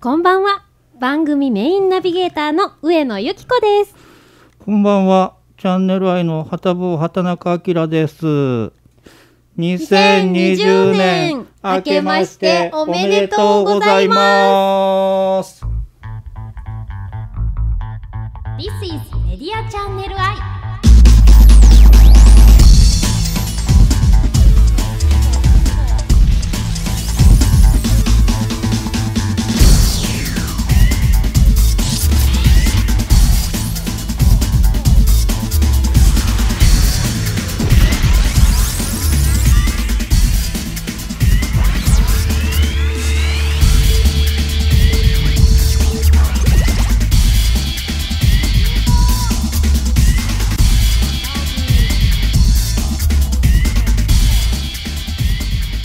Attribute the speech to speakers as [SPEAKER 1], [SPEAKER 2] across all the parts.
[SPEAKER 1] こんばんは。番組メインナビゲーターの上野由紀子です。
[SPEAKER 2] こんばんは。チャンネル愛のはたぼう畑中明です。2020年明けましておめでとうございます。
[SPEAKER 1] This is メディアチャンネル I。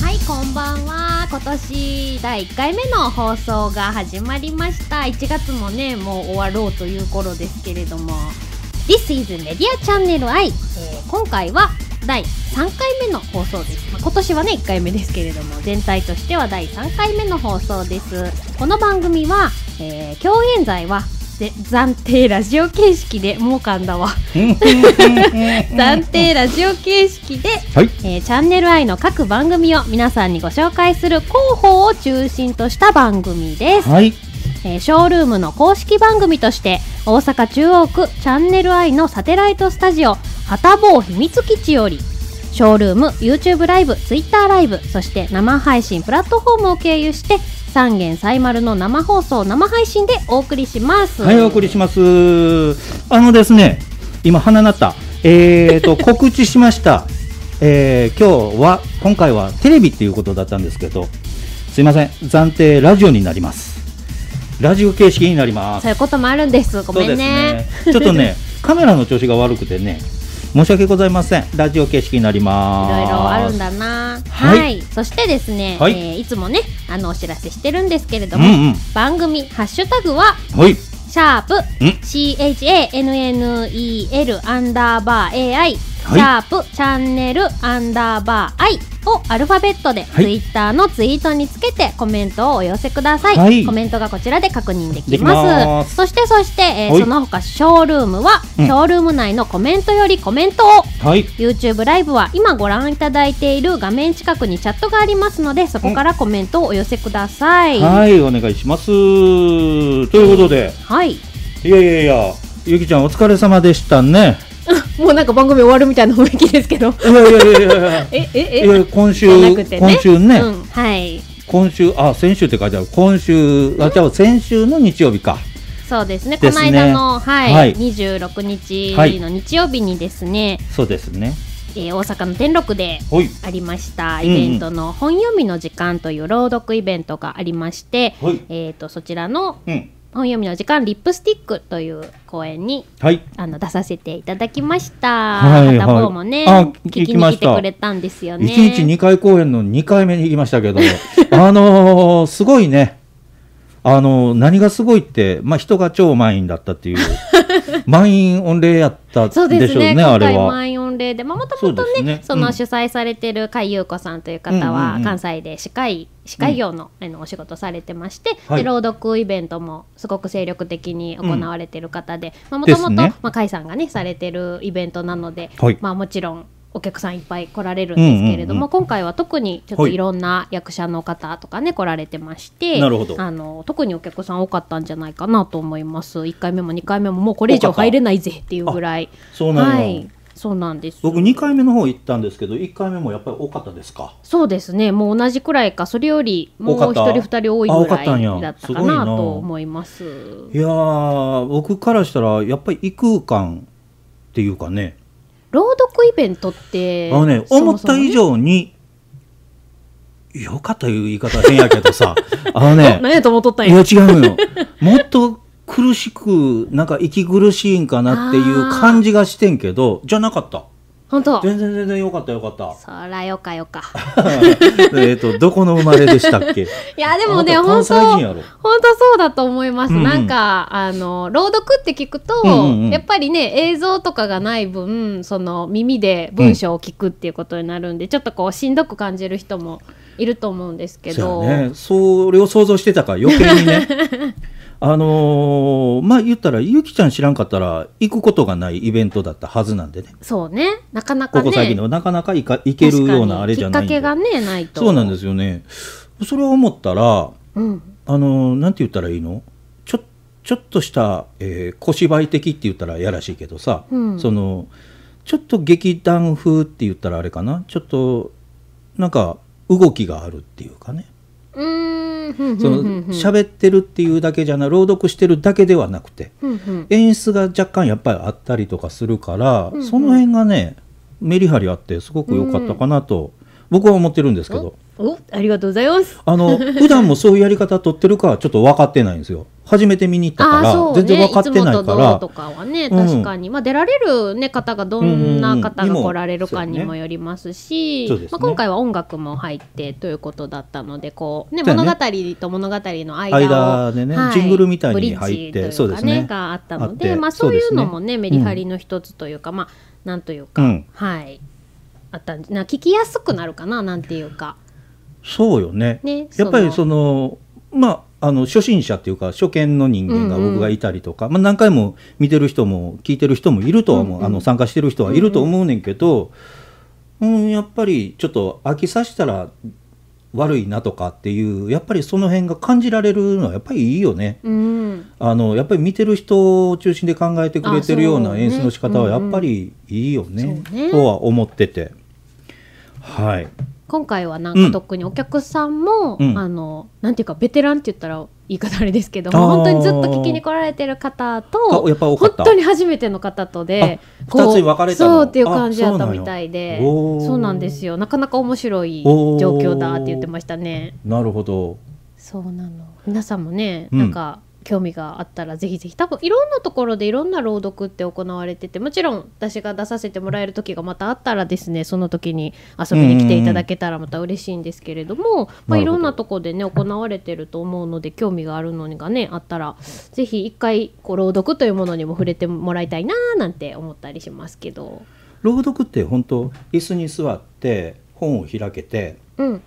[SPEAKER 1] はい、こんばんは。今年第1回目の放送が始まりました。1月もね、もう終わろうという頃ですけれども。This is Media Channel I、えー今回は第3回目の放送です。まあ今年はね、1回目ですけれども、全体としては第3回目の放送です。この番組は、えー今日現在は、ぜ暫定ラジオ形式で、もう噛んだわ。暫定ラジオ形式で、
[SPEAKER 2] はい
[SPEAKER 1] えーチャンネル愛の各番組を皆さんにご紹介する広報を中心とした番組です、
[SPEAKER 2] はい。
[SPEAKER 1] えーショールームの公式番組として大阪中央区チャンネル愛のサテライトスタジオはたぼう秘密基地よりショールーム YouTube ライブ Twitter ライブそして生配信プラットフォームを経由して三元サイマルの生放送生配信でお送りします
[SPEAKER 2] はい、お送りします。あのですね、今鼻鳴った。えーと、告知しました。えー今日は、今回はテレビっていうことだったんですけど、すいません。暫定ラジオになります。ラジオ形式になります
[SPEAKER 1] そう。いうこともあるんですごめんね
[SPEAKER 2] そうですねちょっとね カメラの調子が悪くてね申し訳ございませんラジオ形式になり
[SPEAKER 1] い
[SPEAKER 2] ます
[SPEAKER 1] ろいろあるんだな。は、
[SPEAKER 2] はいい
[SPEAKER 1] そしてですね、
[SPEAKER 2] はい
[SPEAKER 1] いえーいつもね、あのお知らせしてるんですけれど
[SPEAKER 2] うん
[SPEAKER 1] も、
[SPEAKER 2] うん
[SPEAKER 1] 番組ハッシュタグは
[SPEAKER 2] はい
[SPEAKER 1] シャープ
[SPEAKER 2] ん
[SPEAKER 1] C H A N N E L アンダーバー A I シ
[SPEAKER 2] はい
[SPEAKER 1] ャープチャンネルアンダーバー I をアルファベットでツ
[SPEAKER 2] はい
[SPEAKER 1] イッターのツイートにつけてコメントをお寄せください、
[SPEAKER 2] はい
[SPEAKER 1] コメントがこちらで確認でき
[SPEAKER 2] でき
[SPEAKER 1] ます
[SPEAKER 2] ます
[SPEAKER 1] そしてそして、えー
[SPEAKER 2] はい
[SPEAKER 1] その他ショールームは、
[SPEAKER 2] うん
[SPEAKER 1] ショールーム内のコメントよりコメントを YouTube ライブは今ご覧いただいている画面近くにチャットがありますのでそこからコメントをお寄せください。。
[SPEAKER 2] はいいお願いしますということで
[SPEAKER 1] はい。
[SPEAKER 2] いやいやいやゆきちゃんお疲れ様でしたね
[SPEAKER 1] もうなんか番組終わるみたいな雰囲気ですけど。
[SPEAKER 2] いやいやいやいや
[SPEAKER 1] え え
[SPEAKER 2] いや今週、
[SPEAKER 1] じゃなくてね
[SPEAKER 2] 今週ね、
[SPEAKER 1] うん。はい。
[SPEAKER 2] 今週あ先週って書いてある今週あじゃあ先週の日曜日か
[SPEAKER 1] そうですね。
[SPEAKER 2] です
[SPEAKER 1] こ
[SPEAKER 2] ね
[SPEAKER 1] の間の、はい、
[SPEAKER 2] はい
[SPEAKER 1] 26
[SPEAKER 2] はい
[SPEAKER 1] 日の日曜日にですね、
[SPEAKER 2] そうですね
[SPEAKER 1] えー大阪の天禄で
[SPEAKER 2] はい
[SPEAKER 1] ありました
[SPEAKER 2] う
[SPEAKER 1] イ
[SPEAKER 2] んうん
[SPEAKER 1] ベントの本読みの時間という朗読イベントがありまして、
[SPEAKER 2] はい
[SPEAKER 1] えっ、とそちらの
[SPEAKER 2] うん
[SPEAKER 1] 本読みの時間リップスティックという公演に
[SPEAKER 2] はい
[SPEAKER 1] あの出させていただきました。
[SPEAKER 2] いはい
[SPEAKER 1] はたぼうもね、
[SPEAKER 2] あ
[SPEAKER 1] 聞
[SPEAKER 2] 聞
[SPEAKER 1] き
[SPEAKER 2] き
[SPEAKER 1] に
[SPEAKER 2] ま
[SPEAKER 1] 来
[SPEAKER 2] してた
[SPEAKER 1] くれたんですよね。
[SPEAKER 2] 1日2回公演の2回目に行きました けどあのーすごいねあのー何がすごいって、まあ、人が超満員だっ たっていう満員御礼やったでし
[SPEAKER 1] そ
[SPEAKER 2] ょ
[SPEAKER 1] う
[SPEAKER 2] う
[SPEAKER 1] ですね
[SPEAKER 2] ね
[SPEAKER 1] 今
[SPEAKER 2] あれ
[SPEAKER 1] 回
[SPEAKER 2] は。
[SPEAKER 1] 満員御礼でもともと
[SPEAKER 2] そうです
[SPEAKER 1] ね
[SPEAKER 2] ね
[SPEAKER 1] そうの
[SPEAKER 2] ん
[SPEAKER 1] 主催されてる甲斐優子さんという方
[SPEAKER 2] うんうん
[SPEAKER 1] は
[SPEAKER 2] うん
[SPEAKER 1] 関西で司会司会業の,、あのお仕事されてまして、
[SPEAKER 2] はい
[SPEAKER 1] で朗読イベントもすごく精力的に行われてる方でも
[SPEAKER 2] で
[SPEAKER 1] と
[SPEAKER 2] す
[SPEAKER 1] も
[SPEAKER 2] ね
[SPEAKER 1] と甲斐さんがねされてるイベントなので、
[SPEAKER 2] はい
[SPEAKER 1] まあ、もちろんお客さんいっぱい来られるんですけれども、
[SPEAKER 2] うんうんうん
[SPEAKER 1] 今回は特にちょっと
[SPEAKER 2] はい
[SPEAKER 1] いろんな役者の方とかね来られてまして
[SPEAKER 2] なるほど
[SPEAKER 1] あの特にお客さん多かったんじゃないかなと思います1回目も2回目ももうこれ以上入れないぜっていうぐらい。
[SPEAKER 2] そうなの、
[SPEAKER 1] はい、そうなんです。
[SPEAKER 2] 僕2回目の方行ったんですけど1回目もやっぱり多かったですか
[SPEAKER 1] そうですね、もう同じくらいか、それよりもう
[SPEAKER 2] 多か
[SPEAKER 1] 一
[SPEAKER 2] った
[SPEAKER 1] 人二人多いぐ
[SPEAKER 2] あ多かったん
[SPEAKER 1] らい
[SPEAKER 2] や
[SPEAKER 1] だった
[SPEAKER 2] す
[SPEAKER 1] か
[SPEAKER 2] ごい
[SPEAKER 1] な
[SPEAKER 2] な
[SPEAKER 1] と思います。
[SPEAKER 2] いやー僕からしたらやっぱり異空間っていうかね
[SPEAKER 1] 朗読イベントって、
[SPEAKER 2] あのね
[SPEAKER 1] そ
[SPEAKER 2] 思
[SPEAKER 1] も
[SPEAKER 2] っ
[SPEAKER 1] そも
[SPEAKER 2] た
[SPEAKER 1] ね
[SPEAKER 2] 以上によかったいう言い方変やけ どさあのね
[SPEAKER 1] 何やと思っとったん
[SPEAKER 2] いや
[SPEAKER 1] や。
[SPEAKER 2] 違うのよ もっと苦しくなんか息苦しいんかなっていう感じがしてんけどじゃなかった
[SPEAKER 1] 本当。
[SPEAKER 2] 全然全然よかったよかった
[SPEAKER 1] そらよかよか。
[SPEAKER 2] えっとどこの生まれでしたっけ
[SPEAKER 1] い や、でもね、
[SPEAKER 2] あな
[SPEAKER 1] 本
[SPEAKER 2] た関
[SPEAKER 1] 当
[SPEAKER 2] 西人やろ
[SPEAKER 1] 本当そうだと思います。
[SPEAKER 2] うんうん
[SPEAKER 1] なんか、あの、朗読って聞くと、
[SPEAKER 2] うんうんうん
[SPEAKER 1] やっぱりね、映像とかがない分、その耳で文章を聞くっていうことになるんで、ちょっとこう、しんどく感じる人もいると思うんですけ
[SPEAKER 2] そ
[SPEAKER 1] ど、
[SPEAKER 2] うやね、それを想像してたから余計に ねあのーまあ言ったらゆきちゃん知らんかったら行くことがないイベントだったはずなんでね
[SPEAKER 1] そうねなかなか
[SPEAKER 2] こ
[SPEAKER 1] ね
[SPEAKER 2] こ最近のなかなか行か行けるようなあれじゃない
[SPEAKER 1] 確
[SPEAKER 2] ん
[SPEAKER 1] かにきっ
[SPEAKER 2] で
[SPEAKER 1] かけがねないと、
[SPEAKER 2] そうなんですすよねそれを思ったら
[SPEAKER 1] うん、
[SPEAKER 2] あのーなんて言ったらいいのちょちょっとした、えー小芝居的って言ったらやらしいけどさ、
[SPEAKER 1] うん
[SPEAKER 2] そのちょっと劇団風って言ったらあれかなちょっとなんか動きがあるっていうかね
[SPEAKER 1] うーんふんふ
[SPEAKER 2] そ
[SPEAKER 1] ん
[SPEAKER 2] の
[SPEAKER 1] ふんふん
[SPEAKER 2] 喋ってるっていうだけじゃない朗読してるだけではなくて
[SPEAKER 1] ふんふん
[SPEAKER 2] 演出が若干やっぱりあったりとかするから、
[SPEAKER 1] うんうん
[SPEAKER 2] その辺がねメリハリあってすごく良かったかなと、僕は思ってるんですけど、
[SPEAKER 1] おありがとうございます
[SPEAKER 2] あ の普段もそういうやり方取ってるかはちょっと分かってないんですよ初めて見に行ったか
[SPEAKER 1] あ
[SPEAKER 2] ら
[SPEAKER 1] あ、そうね、
[SPEAKER 2] 全然分かってない
[SPEAKER 1] つも
[SPEAKER 2] か
[SPEAKER 1] とどう
[SPEAKER 2] ら
[SPEAKER 1] とかはね、
[SPEAKER 2] うん
[SPEAKER 1] 確かに、まあ、出られる、ね、方がどんな方
[SPEAKER 2] うん
[SPEAKER 1] が
[SPEAKER 2] うん
[SPEAKER 1] 来られるか
[SPEAKER 2] にも
[SPEAKER 1] にもよりますし、
[SPEAKER 2] そうねそうですね
[SPEAKER 1] まあ、今回は音楽も入ってということだったのでこう、ね、
[SPEAKER 2] そう
[SPEAKER 1] 物
[SPEAKER 2] や
[SPEAKER 1] 語
[SPEAKER 2] ね
[SPEAKER 1] と物語の間を
[SPEAKER 2] 間でね
[SPEAKER 1] はい
[SPEAKER 2] ジングルみたいに入っ
[SPEAKER 1] ブ
[SPEAKER 2] て
[SPEAKER 1] リッジ
[SPEAKER 2] そ
[SPEAKER 1] というう
[SPEAKER 2] で
[SPEAKER 1] か
[SPEAKER 2] す
[SPEAKER 1] ね
[SPEAKER 2] ね
[SPEAKER 1] があった
[SPEAKER 2] あ
[SPEAKER 1] の
[SPEAKER 2] っ
[SPEAKER 1] で
[SPEAKER 2] て
[SPEAKER 1] まあ、
[SPEAKER 2] そ
[SPEAKER 1] そうう
[SPEAKER 2] で
[SPEAKER 1] いう
[SPEAKER 2] すね
[SPEAKER 1] のもねメリハリの一つというか、まあなんというか、
[SPEAKER 2] うん
[SPEAKER 1] はいあったんな聞きやすくなるかななんていうか
[SPEAKER 2] そうよね
[SPEAKER 1] ね
[SPEAKER 2] やっぱり
[SPEAKER 1] そ
[SPEAKER 2] そのまああの初心者っていうか初見の人間が
[SPEAKER 1] うんうん
[SPEAKER 2] 僕がいたりとか、まあ、何回も見てる人も聞いてる人もいるとは思う、
[SPEAKER 1] うんうん
[SPEAKER 2] あの参加してる人はいると思うねんけど、うんやっぱりちょっと飽きさせたら悪いなとかっていうやっぱりその辺が感じられるのはやっぱりいいよね。
[SPEAKER 1] うん
[SPEAKER 2] あのやっぱり見てる人を中心で考えてくれてる
[SPEAKER 1] あ
[SPEAKER 2] よう
[SPEAKER 1] そう
[SPEAKER 2] な
[SPEAKER 1] ね
[SPEAKER 2] 演出の仕方はやっぱりいいよね,、
[SPEAKER 1] そうね
[SPEAKER 2] とは思っててはい
[SPEAKER 1] 今回はなんか特にお客さんも、
[SPEAKER 2] うん
[SPEAKER 1] あのなんていうかベテランって言ったら言い方あれですけど
[SPEAKER 2] あー
[SPEAKER 1] 本当にずっと聞きに来られてる方
[SPEAKER 2] あ
[SPEAKER 1] と
[SPEAKER 2] やっぱ多か
[SPEAKER 1] 本
[SPEAKER 2] った
[SPEAKER 1] 当に初めての方とで
[SPEAKER 2] あ
[SPEAKER 1] こう
[SPEAKER 2] 二つに分かれたの
[SPEAKER 1] そうっていう感じだっ
[SPEAKER 2] あそ
[SPEAKER 1] た
[SPEAKER 2] うなん
[SPEAKER 1] み
[SPEAKER 2] よ
[SPEAKER 1] たいで
[SPEAKER 2] おー
[SPEAKER 1] そうなんですよなかなか面白い
[SPEAKER 2] おー
[SPEAKER 1] 状況だって言ってましたね
[SPEAKER 2] なるほど
[SPEAKER 1] そうなの皆さんもね、
[SPEAKER 2] うん
[SPEAKER 1] なんか興味があったらぜひぜひ多分いろんなところでいろんな朗読って行われててもちろん私が出させてもらえる時がまたあったらですねその時に遊びに来ていただけたらまた嬉しいんですけれども、まあ、いろんなとこでね行われてると思うので興味があるのがねあったらぜひ一回こう朗読というものにも触れてもらいたいなーなんて思ったりしますけど。
[SPEAKER 2] 朗読って本当椅子に座って本を開けて
[SPEAKER 1] うん、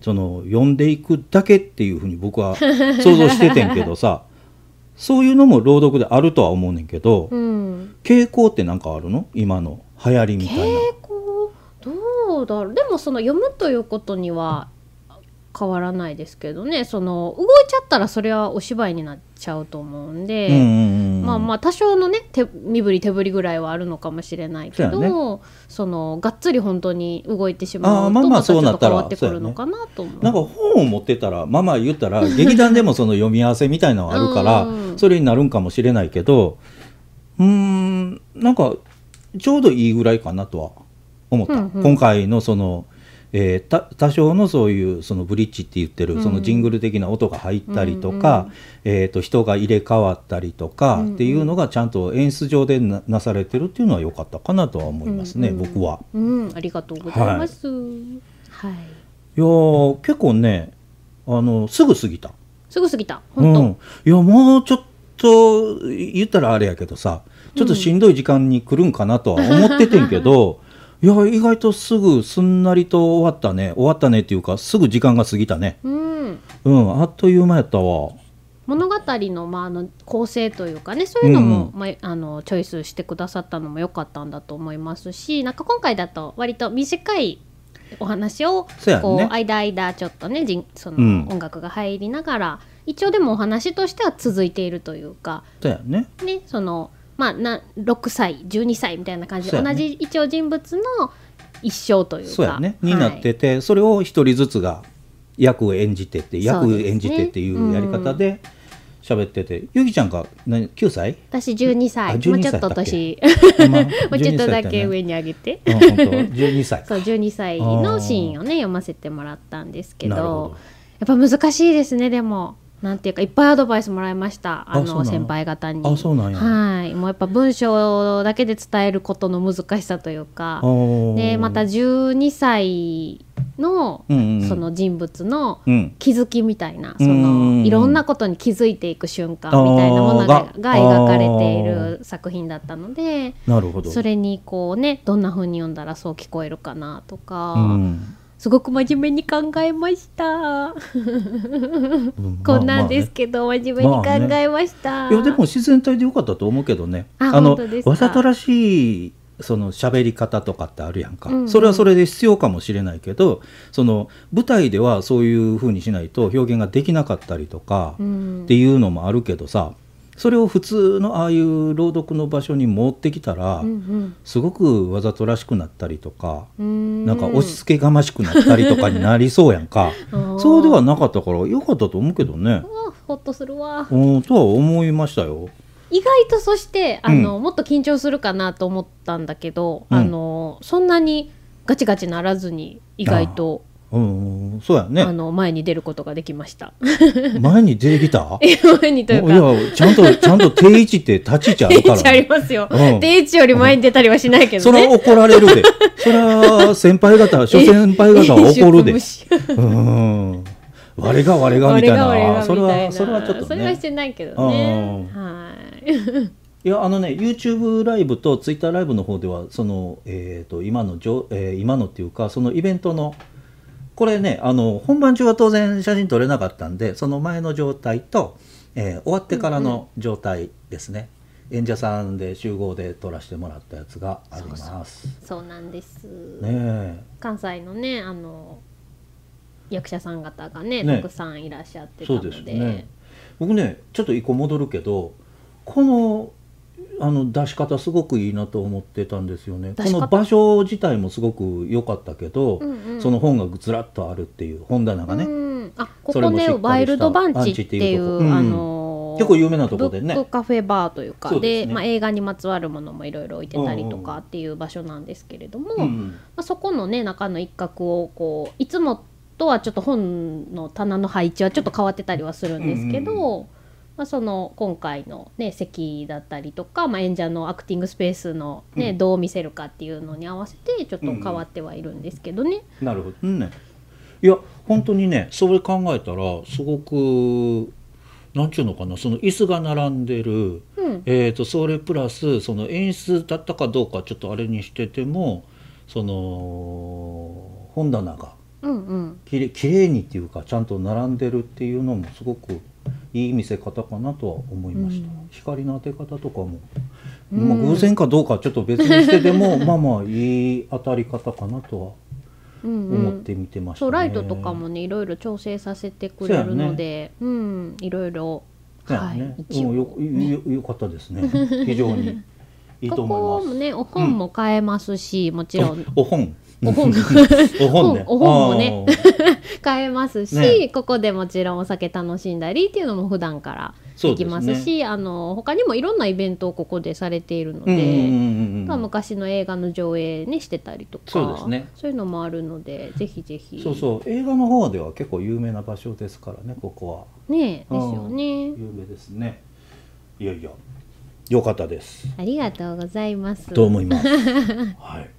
[SPEAKER 2] その読んでいくだけっていうふうに僕 は想像しててんけどさそういうのも朗読であるとは思うねんけど、
[SPEAKER 1] うん、
[SPEAKER 2] 傾向ってなんかあるの今の流行りみたいな。
[SPEAKER 1] 傾向どうだろうでもその読むということには変わらないですけどねその動いちゃったらそれはお芝居になっちゃうと思うんで、
[SPEAKER 2] うんうんうん
[SPEAKER 1] まあまあ多少のね手身振り手振りぐらいはあるのかもしれないけど
[SPEAKER 2] そう
[SPEAKER 1] そ,、
[SPEAKER 2] や
[SPEAKER 1] のがっつり本当に動いてしま
[SPEAKER 2] あー
[SPEAKER 1] う
[SPEAKER 2] ま
[SPEAKER 1] と
[SPEAKER 2] あま
[SPEAKER 1] ま
[SPEAKER 2] あ
[SPEAKER 1] たちょ
[SPEAKER 2] そう
[SPEAKER 1] っ
[SPEAKER 2] な
[SPEAKER 1] と
[SPEAKER 2] った
[SPEAKER 1] 変
[SPEAKER 2] ら
[SPEAKER 1] わってくるのかなと思う。
[SPEAKER 2] なんか本を持ってたらまあまあ言った ら劇団でもその読み合わせみたいのはあるから
[SPEAKER 1] うん
[SPEAKER 2] それになるんかもしれないけどうーんなんかちょうどいいぐらいかなとは思った、
[SPEAKER 1] うんうん
[SPEAKER 2] 今回のその、えーた多少のそういうそのブリッジって言って
[SPEAKER 1] うん
[SPEAKER 2] るそのジングル的な音が入ったりとか、えー、と人が入れ替わったりとかっていうのがちゃんと演出上でななされてるっていうのは良かったかなとは思いますね、
[SPEAKER 1] うんうん
[SPEAKER 2] 僕は。
[SPEAKER 1] うん、ありがとうございます。はい、
[SPEAKER 2] いやー結構ねあのすぐ過ぎた。
[SPEAKER 1] すぐ過ぎた本当、
[SPEAKER 2] うん、いやもうちょっと言ったらあれやけどさちょっとしんどい時間に来るんかなとは思っててんけど、いや意外とすぐすんなりと終わったね終わったねっていうかすぐ時間が過ぎたね
[SPEAKER 1] うん
[SPEAKER 2] うんあっという間やったわ
[SPEAKER 1] 物語の,、まあ、あの構成というかねそういうのも、
[SPEAKER 2] うん
[SPEAKER 1] まあ、あのチョイスしてくださったのも良かったんだと思いますしなんか今回だと割と短いお話を
[SPEAKER 2] そうやんね
[SPEAKER 1] こう、間間ちょっとねじんその、
[SPEAKER 2] うん
[SPEAKER 1] 音楽が入りながら一応でもお話としては続いているというか
[SPEAKER 2] だよね
[SPEAKER 1] ねそのまあな6歳12歳みたいな感じ
[SPEAKER 2] そ
[SPEAKER 1] で、
[SPEAKER 2] うや
[SPEAKER 1] 同
[SPEAKER 2] ね
[SPEAKER 1] じ一応人物の一生というか
[SPEAKER 2] そうやねに
[SPEAKER 1] はい
[SPEAKER 2] なってて、それを一人ずつが役を演じてって役
[SPEAKER 1] そうで
[SPEAKER 2] を
[SPEAKER 1] すね
[SPEAKER 2] 演じてっていうやり方で喋ってて、ゆきちゃんが何9歳
[SPEAKER 1] 私12歳
[SPEAKER 2] あ12
[SPEAKER 1] もうちょっと
[SPEAKER 2] 歳だっけ
[SPEAKER 1] 年
[SPEAKER 2] 今
[SPEAKER 1] もうちょっとだけ
[SPEAKER 2] 12
[SPEAKER 1] 上に上げて。
[SPEAKER 2] 歳だよねうんほんと12歳
[SPEAKER 1] そう12歳のシーンをね読ませてもらったんですけど
[SPEAKER 2] なるほど
[SPEAKER 1] やっぱ難しいですねでもなんていうかいっぱいアドバイスもらいましたあ
[SPEAKER 2] あそうな
[SPEAKER 1] の
[SPEAKER 2] の
[SPEAKER 1] 先輩方に
[SPEAKER 2] あそうなんや
[SPEAKER 1] はいもうやっぱ文章だけで伝えることの難しさというかで
[SPEAKER 2] で
[SPEAKER 1] また12歳の
[SPEAKER 2] うんうんうん
[SPEAKER 1] その人物の
[SPEAKER 2] うん
[SPEAKER 1] 気づきみたいなそ
[SPEAKER 2] うん
[SPEAKER 1] のいろんなことに気づいていく瞬間みたいなもの
[SPEAKER 2] あ
[SPEAKER 1] が
[SPEAKER 2] ー
[SPEAKER 1] が描
[SPEAKER 2] が
[SPEAKER 1] かれている作品だったので
[SPEAKER 2] なるほど
[SPEAKER 1] それにこうねどんな風に読んだらそう聞こえるかなとか、
[SPEAKER 2] うん
[SPEAKER 1] すごく真面目に考えました。
[SPEAKER 2] うん
[SPEAKER 1] こんなんです
[SPEAKER 2] ま
[SPEAKER 1] けど、真面目に考えました。
[SPEAKER 2] あまあねいやでも自然体でよかったと思うけどね
[SPEAKER 1] あ
[SPEAKER 2] の
[SPEAKER 1] 本当ですか
[SPEAKER 2] わざとらしいその喋り方とかってあるやんか、
[SPEAKER 1] うんうん
[SPEAKER 2] それはそれで必要かもしれないけどその舞台ではそういう風にしないと表現ができなかったりとか、
[SPEAKER 1] うん、
[SPEAKER 2] っていうのもあるけどさそれを普通のああいう朗読の場所に持ってきたら、
[SPEAKER 1] うん
[SPEAKER 2] すごくわざとらしくなったりとか、
[SPEAKER 1] うん、
[SPEAKER 2] なんか押し付けがましくなったりとかになりそうやんかそうではなかったからよかったと思うけどね
[SPEAKER 1] う。んほっとするわ
[SPEAKER 2] うんとは思いましたよ。
[SPEAKER 1] 意外とそしてあの、もっと緊張するかなと思ったんだけど、
[SPEAKER 2] うん
[SPEAKER 1] あのそんなにガチガチならずに意外と
[SPEAKER 2] うん、そうや
[SPEAKER 1] あ、
[SPEAKER 2] ね。
[SPEAKER 1] の 前に出ることができました。。
[SPEAKER 2] 前に出てきた
[SPEAKER 1] 前にというか
[SPEAKER 2] おいやち ゃんとちゃんと定位置って立ち位置あ
[SPEAKER 1] 定
[SPEAKER 2] る
[SPEAKER 1] 位
[SPEAKER 2] から
[SPEAKER 1] 置あ りますよ、
[SPEAKER 2] うん
[SPEAKER 1] 定位置より前に出たりはしないけど
[SPEAKER 2] それは
[SPEAKER 1] ね。
[SPEAKER 2] 怒られるで。それは先輩 方、諸先輩方は怒るで
[SPEAKER 1] 飲。酒
[SPEAKER 2] うん。我が我がみ
[SPEAKER 1] 我
[SPEAKER 2] たい
[SPEAKER 1] が我が
[SPEAKER 2] な。
[SPEAKER 1] み
[SPEAKER 2] それ
[SPEAKER 1] たいな
[SPEAKER 2] はそれはちょっ
[SPEAKER 1] そ
[SPEAKER 2] と
[SPEAKER 1] れは
[SPEAKER 2] ね
[SPEAKER 1] し。てないけどね。
[SPEAKER 2] う
[SPEAKER 1] はい。
[SPEAKER 2] いやあのね YouTube ライブと Twitter ライブの方ではその、えー、と今のじょ、えー今のっていうかそのイベントのこれねあの本番中は当然写真撮れなかったんでその前の状態と、えー終わってからの状態ですね、演者さんで集合で撮らせてもらったやつがあります。
[SPEAKER 1] そうなんです。
[SPEAKER 2] ね
[SPEAKER 1] 関西のねあの役者さん方がね
[SPEAKER 2] ね
[SPEAKER 1] たくさんいらっしゃって
[SPEAKER 2] え
[SPEAKER 1] た
[SPEAKER 2] そ
[SPEAKER 1] の
[SPEAKER 2] う
[SPEAKER 1] で
[SPEAKER 2] ですね僕ねちょっと一個戻るけどこのあの出し方すごくいいなと思ってたんですよね。
[SPEAKER 1] 出
[SPEAKER 2] こ
[SPEAKER 1] し方
[SPEAKER 2] の場所自体もすごく良かったけど、
[SPEAKER 1] うんうん
[SPEAKER 2] その本がずらっとあるっていう本棚がね、
[SPEAKER 1] うんあこ
[SPEAKER 2] そ
[SPEAKER 1] こ
[SPEAKER 2] れもしっ
[SPEAKER 1] ね
[SPEAKER 2] かりした
[SPEAKER 1] ワイルドバンチっていう
[SPEAKER 2] バンチっていうとこ
[SPEAKER 1] あのー
[SPEAKER 2] 結構有名なとこでね
[SPEAKER 1] ブックカフェバーというか
[SPEAKER 2] そう
[SPEAKER 1] で
[SPEAKER 2] ですね
[SPEAKER 1] まあ、映画にまつわるものもいろいろ置いてたりと
[SPEAKER 2] うん
[SPEAKER 1] か
[SPEAKER 2] うん
[SPEAKER 1] っていう場所なんですけれども、
[SPEAKER 2] うん
[SPEAKER 1] ま
[SPEAKER 2] うん
[SPEAKER 1] あ、そこのね中の一角をこういつもとはちょっと本の棚の配置はちょっと変わってたりはするんですけど、
[SPEAKER 2] うん
[SPEAKER 1] まあ、その今回の、ね、席だったりとか、まあ、演者のアクティングスペースの、ね
[SPEAKER 2] うん
[SPEAKER 1] どう見せるかっていうのに合わせてちょっと変わってはいるんですけどね。
[SPEAKER 2] なるほどねいや本当にねそれ考えたらすごくなんちゅうのかなその椅子が並んでる、
[SPEAKER 1] うん
[SPEAKER 2] えー、とそれプラスその演出だったかどうかちょっとあれにしててもその本棚が
[SPEAKER 1] うんうん
[SPEAKER 2] きれきれいにっていうかちゃんと並んでるっていうのもすごくいい見せ方かなとは思いました、
[SPEAKER 1] うん
[SPEAKER 2] 光の当て方とかも、
[SPEAKER 1] うん
[SPEAKER 2] まあ、偶然かどうかはちょっと別にしてでもまあまあいい当たり方かなとは
[SPEAKER 1] うんう
[SPEAKER 2] 思っ
[SPEAKER 1] ん
[SPEAKER 2] て見てました
[SPEAKER 1] そ
[SPEAKER 2] ね、
[SPEAKER 1] うライトとかもねいろいろ調整させてくれるのでう,、んいろいろ、
[SPEAKER 2] そうや
[SPEAKER 1] は
[SPEAKER 2] ね
[SPEAKER 1] い、一
[SPEAKER 2] うん
[SPEAKER 1] 応
[SPEAKER 2] よよよよかったで すね非常にいいと
[SPEAKER 1] こ
[SPEAKER 2] 思
[SPEAKER 1] こ
[SPEAKER 2] い
[SPEAKER 1] も
[SPEAKER 2] ます
[SPEAKER 1] ねお本も変えますし、もちろん
[SPEAKER 2] おお本
[SPEAKER 1] お本
[SPEAKER 2] お本ね
[SPEAKER 1] お本もね
[SPEAKER 2] あー
[SPEAKER 1] 変えますし、
[SPEAKER 2] ね
[SPEAKER 1] ここでもちろんお酒楽しんだりっていうのも普段から
[SPEAKER 2] そう
[SPEAKER 1] で
[SPEAKER 2] で
[SPEAKER 1] き
[SPEAKER 2] すね
[SPEAKER 1] ますしあの他にもいろんなイベントをここでされているの
[SPEAKER 2] うんうん
[SPEAKER 1] で。
[SPEAKER 2] うん
[SPEAKER 1] まあ昔の映画の上映ねしてたりとか
[SPEAKER 2] そうですね
[SPEAKER 1] そういうのもあるのでぜひぜ
[SPEAKER 2] う
[SPEAKER 1] ひ
[SPEAKER 2] んそうそう映画の方では結構有名な場所ですからねここは。
[SPEAKER 1] ねえですよね
[SPEAKER 2] 有名ですねいやいや良かったです
[SPEAKER 1] ありがとうございます
[SPEAKER 2] と思います はい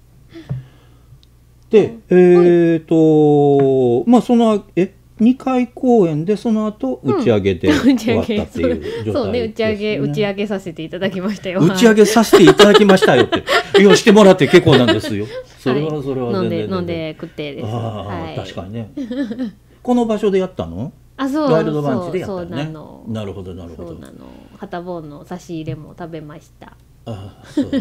[SPEAKER 2] でえっ、とまあそのえ2回公演でその後打ち上げで
[SPEAKER 1] 打ち
[SPEAKER 2] 終
[SPEAKER 1] 上
[SPEAKER 2] わった
[SPEAKER 1] げ
[SPEAKER 2] っていう状態です、ね
[SPEAKER 1] そうね打ち上げ打ち上げさせていただきましたよ
[SPEAKER 2] 打ち上
[SPEAKER 1] げ
[SPEAKER 2] げさせていただきました よっていやしてもらって結構なんですよそれはそれは
[SPEAKER 1] 飲ん
[SPEAKER 2] 全然
[SPEAKER 1] で
[SPEAKER 2] 全然
[SPEAKER 1] 飲んで食ってです
[SPEAKER 2] ああ、
[SPEAKER 1] はい
[SPEAKER 2] 確かにねこの場所でやったの
[SPEAKER 1] あそう
[SPEAKER 2] ワイルドバンチでやった
[SPEAKER 1] そう
[SPEAKER 2] よ
[SPEAKER 1] そうな
[SPEAKER 2] ね
[SPEAKER 1] の
[SPEAKER 2] なるほどなるほ
[SPEAKER 1] そう
[SPEAKER 2] ど
[SPEAKER 1] なの旗本の差し入れも食べました
[SPEAKER 2] ああそう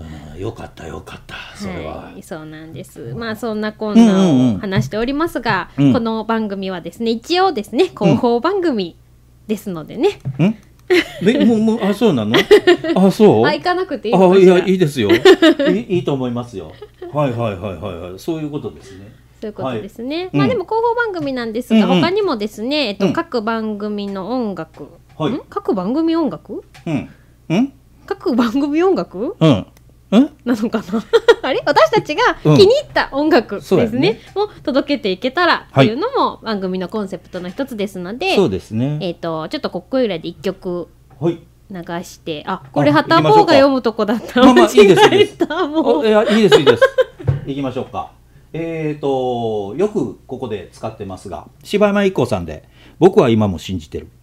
[SPEAKER 2] ああよかったよかったそれは、
[SPEAKER 1] い、そうなんですまあそんなこんな
[SPEAKER 2] うんう
[SPEAKER 1] を
[SPEAKER 2] んうん
[SPEAKER 1] 話しておりますが、
[SPEAKER 2] うん
[SPEAKER 1] この番組はですね一応ですね広報番組ですのでね、
[SPEAKER 2] んでもうもうあそうなのあそう
[SPEAKER 1] あ行かなくていいの
[SPEAKER 2] あ
[SPEAKER 1] か
[SPEAKER 2] い
[SPEAKER 1] しら
[SPEAKER 2] やいいですよいいいいと思いますよはいはいはいはいはいそういうことですね
[SPEAKER 1] そういうことですね、
[SPEAKER 2] い
[SPEAKER 1] まあ
[SPEAKER 2] うん
[SPEAKER 1] でも広報番組なんですが、
[SPEAKER 2] うんうん
[SPEAKER 1] 他にもですね、えっと
[SPEAKER 2] うん
[SPEAKER 1] 各番組の音楽、
[SPEAKER 2] はい
[SPEAKER 1] ん各番組音楽
[SPEAKER 2] うんうん
[SPEAKER 1] 各番組音楽
[SPEAKER 2] うんうん
[SPEAKER 1] なのかな あれ私たちが気
[SPEAKER 2] うん
[SPEAKER 1] に入った音楽です
[SPEAKER 2] そう
[SPEAKER 1] ね,、
[SPEAKER 2] やね
[SPEAKER 1] を届けていけたらって
[SPEAKER 2] はい
[SPEAKER 1] いうのも番組のコンセプトの一つですので、
[SPEAKER 2] そうですね
[SPEAKER 1] えっ、とちょっとここいらで一曲
[SPEAKER 2] はい
[SPEAKER 1] 流してあこれ
[SPEAKER 2] あ
[SPEAKER 1] 旗
[SPEAKER 2] 行きまし
[SPEAKER 1] 坊
[SPEAKER 2] ょう
[SPEAKER 1] が
[SPEAKER 2] か
[SPEAKER 1] 読むとこだった
[SPEAKER 2] まあまあいいです
[SPEAKER 1] 間違えたも
[SPEAKER 2] お
[SPEAKER 1] う
[SPEAKER 2] いやいいですいいです行きましょうかえっ、とよくここで使ってますが柴山一行さんで僕は今も信じてる
[SPEAKER 1] 「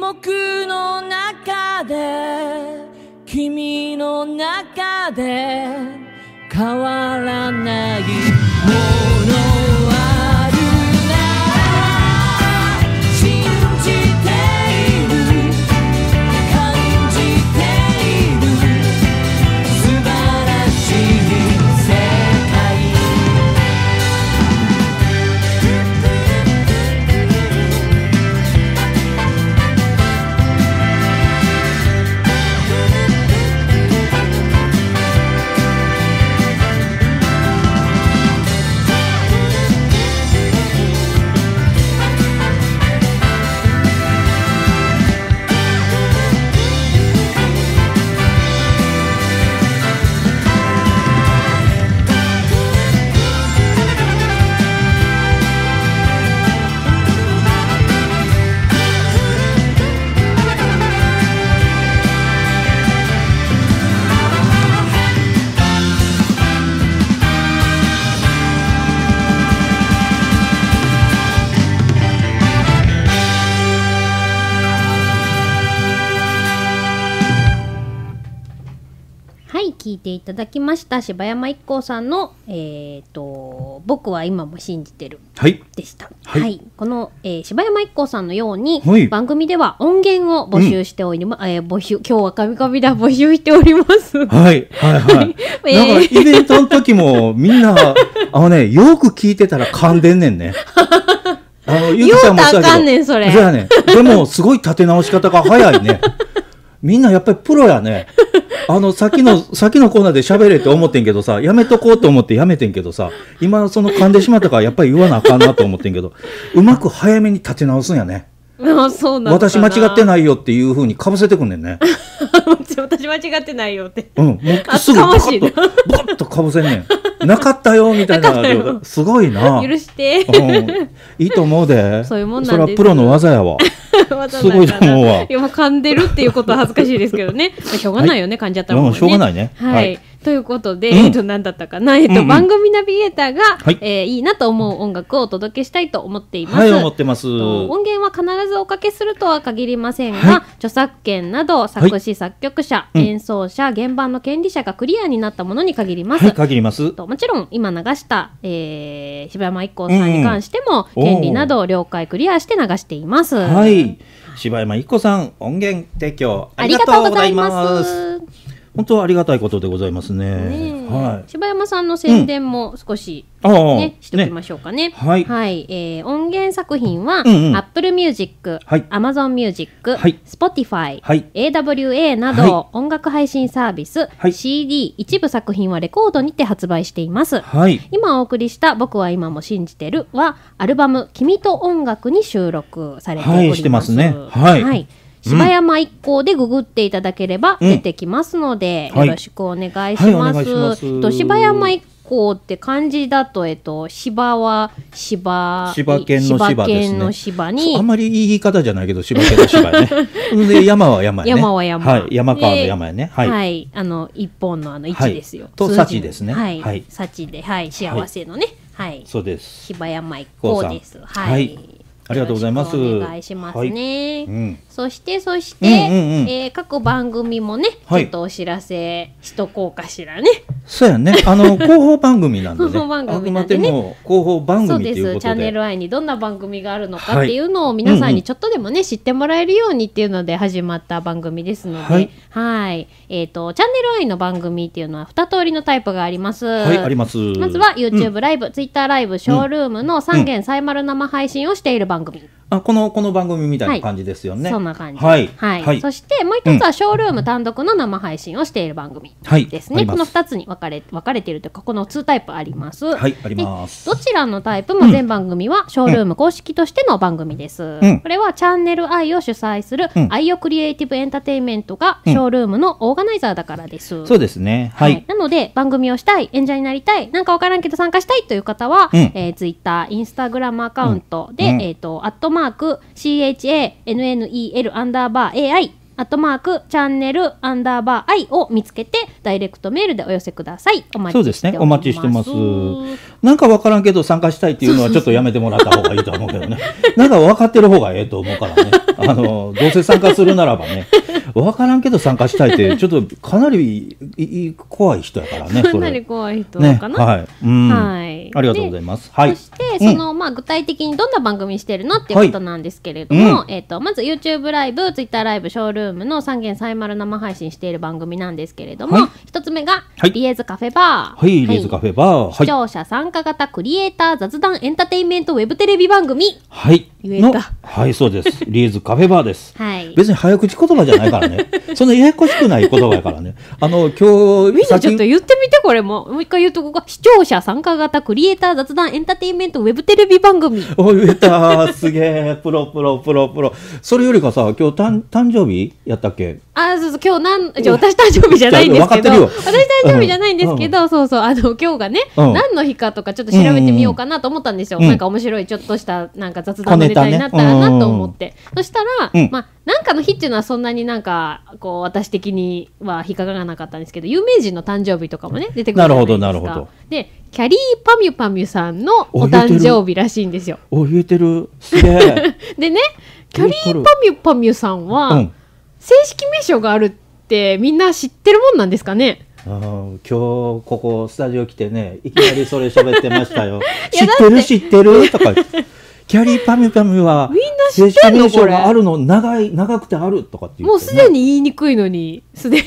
[SPEAKER 3] 僕の中で君の中で変わらないものあるなら信じている感じている素晴らしい世界
[SPEAKER 1] はい、聞いていただきました柴山一行さんの「えー、と僕は今も信じてる
[SPEAKER 2] はい」。
[SPEAKER 1] でした。は、
[SPEAKER 2] はいい
[SPEAKER 1] この、えー柴山一行さんのように、
[SPEAKER 2] はい
[SPEAKER 1] 番組では音源を募集しておりま、えー募集今日はカミカミだ募集しております。
[SPEAKER 2] はい、はい、はい。
[SPEAKER 1] えー
[SPEAKER 2] なんかイベントの時もみんな、あ のね、よく聞いてたら噛んでんねんね。あの、ゆきさんもそう
[SPEAKER 1] 言うたらあ
[SPEAKER 2] やけど。
[SPEAKER 1] かんねんそれ
[SPEAKER 2] そうやね。でも、すごい立て直し方が早 いね。みんなやっぱりプロやね。あの、さ っきの、さっきのコーナーで喋れって思ってんけどさ、やめとこうと思ってやめてんけどさ、今その噛んでしまったからやっぱり言わなあかんなと思ってんけど、うまく早めに立て直すんやね。
[SPEAKER 1] あそうなのか
[SPEAKER 2] 私間違って
[SPEAKER 1] い
[SPEAKER 2] ないよっていうふうにかぶせてくんねんね。
[SPEAKER 1] 私間違ってないよって
[SPEAKER 2] うん、もうす
[SPEAKER 1] 厚か
[SPEAKER 2] ぐボ
[SPEAKER 1] ま
[SPEAKER 2] コ
[SPEAKER 1] しい
[SPEAKER 2] ッ
[SPEAKER 1] な
[SPEAKER 2] と、ボコッとかぶせんね ん。なかったよ、みたい
[SPEAKER 1] なかったよ
[SPEAKER 2] な。すごいな。
[SPEAKER 1] 許して
[SPEAKER 2] うん、いいと思うで。
[SPEAKER 1] そういうもんなんです
[SPEAKER 2] それはプロの技やわ。
[SPEAKER 1] わざわざ
[SPEAKER 2] すごいと思うわ
[SPEAKER 1] いやもう噛んでるっていうことは恥ずかしいですけど ねまあしょうがないよね、噛んじゃったらも
[SPEAKER 2] うんしょうがないね
[SPEAKER 1] はい、
[SPEAKER 2] はい
[SPEAKER 1] ということで、
[SPEAKER 2] うん
[SPEAKER 1] えっと何だったかな、えっと
[SPEAKER 2] うんうん
[SPEAKER 1] 番組ナビゲーターが、
[SPEAKER 2] はい
[SPEAKER 1] えーいいなと思う音楽をお届けしたいと思っています、
[SPEAKER 2] はい、思ってます。
[SPEAKER 1] と音源は必ずおかけするとは限りませんが、
[SPEAKER 2] はい
[SPEAKER 1] 著作権など作詞、作曲者、
[SPEAKER 2] うん
[SPEAKER 1] 演奏者現場の権利者がクリアになったものに限ります、
[SPEAKER 2] はい、限ります。
[SPEAKER 1] ともちろん今流した、えー、柴山一行さんに関しても、
[SPEAKER 2] うん
[SPEAKER 1] 権利などを了解クリアして流しています。
[SPEAKER 2] はい。柴山一子さん、音源提供あ
[SPEAKER 1] あ
[SPEAKER 2] り
[SPEAKER 1] りが
[SPEAKER 2] がと
[SPEAKER 1] と
[SPEAKER 2] う
[SPEAKER 1] う
[SPEAKER 2] ご
[SPEAKER 1] ご
[SPEAKER 2] ざ
[SPEAKER 1] ざ
[SPEAKER 2] い
[SPEAKER 1] い
[SPEAKER 2] ま。
[SPEAKER 1] ますす。
[SPEAKER 2] 本当ありがたいことでございますね。
[SPEAKER 1] ねえ
[SPEAKER 2] はい。
[SPEAKER 1] 柴山さんの宣伝も少し、
[SPEAKER 2] ああ、
[SPEAKER 1] ねしておきま
[SPEAKER 2] し
[SPEAKER 1] しょうかね。
[SPEAKER 2] はい
[SPEAKER 1] えー音源作品は、
[SPEAKER 2] うんうん
[SPEAKER 1] Apple Music、
[SPEAKER 2] はい
[SPEAKER 1] Amazon Music、
[SPEAKER 2] はい
[SPEAKER 1] Spotify、
[SPEAKER 2] はい
[SPEAKER 1] AWA など、
[SPEAKER 2] は
[SPEAKER 1] 音楽配信サービス、
[SPEAKER 2] はい
[SPEAKER 1] CD、一部作品はレコードにて発売しています。
[SPEAKER 2] はい。
[SPEAKER 1] 今お送りした「僕は今も信じてる」はアルバム「君と音楽」に収録されております。
[SPEAKER 2] はいしてますねはい
[SPEAKER 1] 柴山一行でググっていただければ
[SPEAKER 2] うん
[SPEAKER 1] 出てきますので、
[SPEAKER 2] はい
[SPEAKER 1] よろしくお願いし
[SPEAKER 2] はいお
[SPEAKER 1] ます。
[SPEAKER 2] 願いします
[SPEAKER 1] えっと柴山一行って漢字だとえっと柴は柴
[SPEAKER 2] 柴犬の柴ですね
[SPEAKER 1] 柴犬の柴
[SPEAKER 2] そう
[SPEAKER 1] に
[SPEAKER 2] あんまりいい言い方じゃないけど、柴犬の柴 ね。で、山は山やね。
[SPEAKER 1] 山は山
[SPEAKER 2] はい、山川の山やね。は
[SPEAKER 1] はい、
[SPEAKER 2] い。
[SPEAKER 1] あの一本のあの一ですよ。
[SPEAKER 2] はいと
[SPEAKER 1] 数字の
[SPEAKER 2] 幸ですね
[SPEAKER 1] はい、
[SPEAKER 2] はい
[SPEAKER 1] 幸ではい幸せのねはい
[SPEAKER 2] そうです。
[SPEAKER 1] 柴山一
[SPEAKER 2] こう
[SPEAKER 1] 行
[SPEAKER 2] さん
[SPEAKER 1] です。
[SPEAKER 2] はい
[SPEAKER 1] はい。
[SPEAKER 2] ありがとうございます
[SPEAKER 1] よろしくお願いしますね。
[SPEAKER 2] うん。
[SPEAKER 1] そしてそして、
[SPEAKER 2] うんうんうん
[SPEAKER 1] えー各番組もね、
[SPEAKER 2] はい
[SPEAKER 1] ちょっとお知らせしとこうかしらね。
[SPEAKER 2] そうやね。あの、広報番組なんでね。
[SPEAKER 1] 広報番組なん
[SPEAKER 2] あく
[SPEAKER 1] で
[SPEAKER 2] ま
[SPEAKER 1] ね
[SPEAKER 2] でも広報番
[SPEAKER 1] そう
[SPEAKER 2] 組
[SPEAKER 1] で
[SPEAKER 2] っていう
[SPEAKER 1] す。
[SPEAKER 2] こ
[SPEAKER 1] チャ
[SPEAKER 2] と
[SPEAKER 1] ンネ
[SPEAKER 2] で。
[SPEAKER 1] ル I にどんな番組があるのか
[SPEAKER 2] は
[SPEAKER 1] っ
[SPEAKER 2] い
[SPEAKER 1] ていうのを皆さん
[SPEAKER 2] うんう
[SPEAKER 1] に
[SPEAKER 2] ん
[SPEAKER 1] ちょっとでもね、知ってもらえるようにっていうので始まった番組ですので、は
[SPEAKER 2] はいい。
[SPEAKER 1] えっ、と、チャンネル I の番組っていうのは二通りのタイプがあります。
[SPEAKER 2] はい、あります。
[SPEAKER 1] まずは
[SPEAKER 2] うん
[SPEAKER 1] YouTube ライブ、Twitter ライブ、ショールームの3件サイマル生配信をしている番組。
[SPEAKER 2] あ、この、この番組みたいな感じですよね。
[SPEAKER 1] そんな感じ。
[SPEAKER 2] はい。
[SPEAKER 1] そして、もう一つはショールーム単独の生配信をしている番組
[SPEAKER 2] はい
[SPEAKER 1] です
[SPEAKER 2] あ
[SPEAKER 1] ね。
[SPEAKER 2] ります
[SPEAKER 1] この二つに分かれ、分かれているというか、この2タイプあります。
[SPEAKER 2] はいあります
[SPEAKER 1] でどちらのタイプも全番組はショールーム公式としての番組です。
[SPEAKER 2] うん
[SPEAKER 1] これはチャンネル I を主催する
[SPEAKER 2] うん
[SPEAKER 1] IO クリエイティブエンターテインメントが
[SPEAKER 2] う
[SPEAKER 1] シ
[SPEAKER 2] ん
[SPEAKER 1] ョールームのオーガナイザーだからです。
[SPEAKER 2] そうですね。は
[SPEAKER 1] はい
[SPEAKER 2] い。
[SPEAKER 1] なので番組をしたい演者になりたいなんかわからんけど参加したいという方は、
[SPEAKER 2] うん
[SPEAKER 1] えツイッター Twitter インスタグラムアカウントで、
[SPEAKER 2] うん
[SPEAKER 1] えっ、とアットマーク CHANNEL アンダーバー AI アットマークチャンネルアンダーバー i を見つけてダイレクトメールでお寄せください。お待
[SPEAKER 2] そう
[SPEAKER 1] ち
[SPEAKER 2] で
[SPEAKER 1] し
[SPEAKER 2] す
[SPEAKER 1] ております。
[SPEAKER 2] ね。お待ちしてます。なんかわからんけど参加したいっていうのはちょっとやめてもらった方がいいと思う けどね。なんか分かってる方がええと思うからね。あの、どうせ参加するならばね。わからんけど参加したいって、ちょっとかなりいい怖い人やから ね。
[SPEAKER 1] か
[SPEAKER 2] そ
[SPEAKER 1] なり
[SPEAKER 2] れ。
[SPEAKER 1] 怖い人
[SPEAKER 2] ね。
[SPEAKER 1] かな。
[SPEAKER 2] はい。うん。
[SPEAKER 1] はい
[SPEAKER 2] ありがとうございます。はい。
[SPEAKER 1] そして、
[SPEAKER 2] うん
[SPEAKER 1] その、まあ、具体的にどんな番組してるのっていうことなんですけれども、
[SPEAKER 2] は
[SPEAKER 1] えっ、と、まず YouTube ライブ、Twitter ライブ、ショールームの三元サイマル生配信している番組なんですけれども、
[SPEAKER 2] はい
[SPEAKER 1] 一、つ目が、
[SPEAKER 2] はい
[SPEAKER 1] リエズカフェバー。
[SPEAKER 2] はい、リーズカフェバ
[SPEAKER 1] 視
[SPEAKER 2] ー。はい。
[SPEAKER 1] 聴者参加型クリエイター雑談エンターテインメントウェブテレビ番組。
[SPEAKER 2] はい。
[SPEAKER 1] 言えた
[SPEAKER 2] のはい、そうです。リーズカフェバーです。
[SPEAKER 1] はい。
[SPEAKER 2] 別に早口言葉じゃないからね。そんなややこしくない言葉やからね。あの、今日、
[SPEAKER 1] みんな
[SPEAKER 2] 先
[SPEAKER 1] ちょっと言ってみて、これも。もう一回言うとこが、視聴者参加型クリエイター雑談エンターテインメントウェブテレビ番組。
[SPEAKER 2] お言えた ーすげえプロプロプロプロそれよりかさ今日誕誕生日やったっけ
[SPEAKER 1] あそうそう今日なんじゃあ私誕生日じゃないんですけど
[SPEAKER 2] いや分か
[SPEAKER 1] 私誕
[SPEAKER 2] ってるよ
[SPEAKER 1] 生日じゃないんですけど、そうそうあの今日がね、
[SPEAKER 2] うん
[SPEAKER 1] 何の日かとかちょっと調べてみようかなと思ったんですよ、
[SPEAKER 2] うん
[SPEAKER 1] なんか面白いちょっとしたなんか雑談のネタになったらなと思って、そしたら、
[SPEAKER 2] うん
[SPEAKER 1] まあなんかの日っていうのはそんなになんかこう私的には引っかからなかったんですけど有名人の誕生日とかもね出てくるじゃないですか
[SPEAKER 2] なるほどなるほど
[SPEAKER 1] でキャリーパミュパミュさんのお
[SPEAKER 2] お言えて
[SPEAKER 1] 誕
[SPEAKER 2] る
[SPEAKER 1] 生日らしいんですよ
[SPEAKER 2] お言えてるす げえ
[SPEAKER 1] でねキャリーパミュパミュさんは、
[SPEAKER 2] うん
[SPEAKER 1] 正式名称があるってみんな知ってるもんなんですかね
[SPEAKER 2] あー今日ここスタジオ来てねいきなりそれ喋ってましたよ
[SPEAKER 1] い
[SPEAKER 2] 知
[SPEAKER 1] や
[SPEAKER 2] って
[SPEAKER 1] だ
[SPEAKER 2] る
[SPEAKER 1] って
[SPEAKER 2] 知ってるとか言ってキャリーパミュパミュは
[SPEAKER 1] みんな知ってんの
[SPEAKER 2] 正式名称
[SPEAKER 1] これ
[SPEAKER 2] があるの長い長くてあるとかって言ってね、
[SPEAKER 1] もうすでに言いにくいのにすでに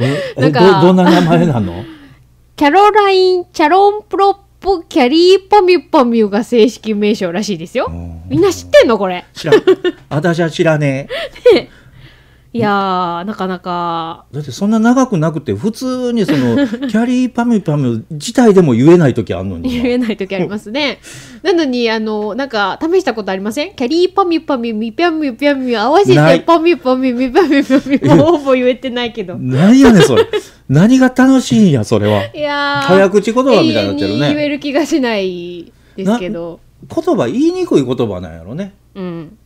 [SPEAKER 2] ええ
[SPEAKER 1] なんか
[SPEAKER 2] どどんな名前 なの
[SPEAKER 1] キャロラインチャロンプロップキャリーパミュパミュが正式名称らしいですよ
[SPEAKER 2] うん
[SPEAKER 1] みんな知ってんのこれ
[SPEAKER 2] 知らん私は知らねえ
[SPEAKER 1] いやーなかなか
[SPEAKER 2] だってそんな長くなくて普通にそ のキャリーパミュパミュ自体でも言えない時あるのにな
[SPEAKER 1] 言えない時ありますねなのにあのなんか試したことありませんキャリーパミュパミュミピャミュピャミュ合わせ
[SPEAKER 2] な
[SPEAKER 1] て
[SPEAKER 2] い
[SPEAKER 1] パミュパミュミパミュパミュもほぼ言えてないけど
[SPEAKER 2] 何やねんそれ何が楽しい んやそれはい
[SPEAKER 1] やー
[SPEAKER 2] 早口言葉みたいになって
[SPEAKER 1] 永
[SPEAKER 2] る
[SPEAKER 1] 遠に言え
[SPEAKER 2] ね
[SPEAKER 1] る気がしないですけど
[SPEAKER 2] 言葉言いにくい言葉なんやろね
[SPEAKER 1] うん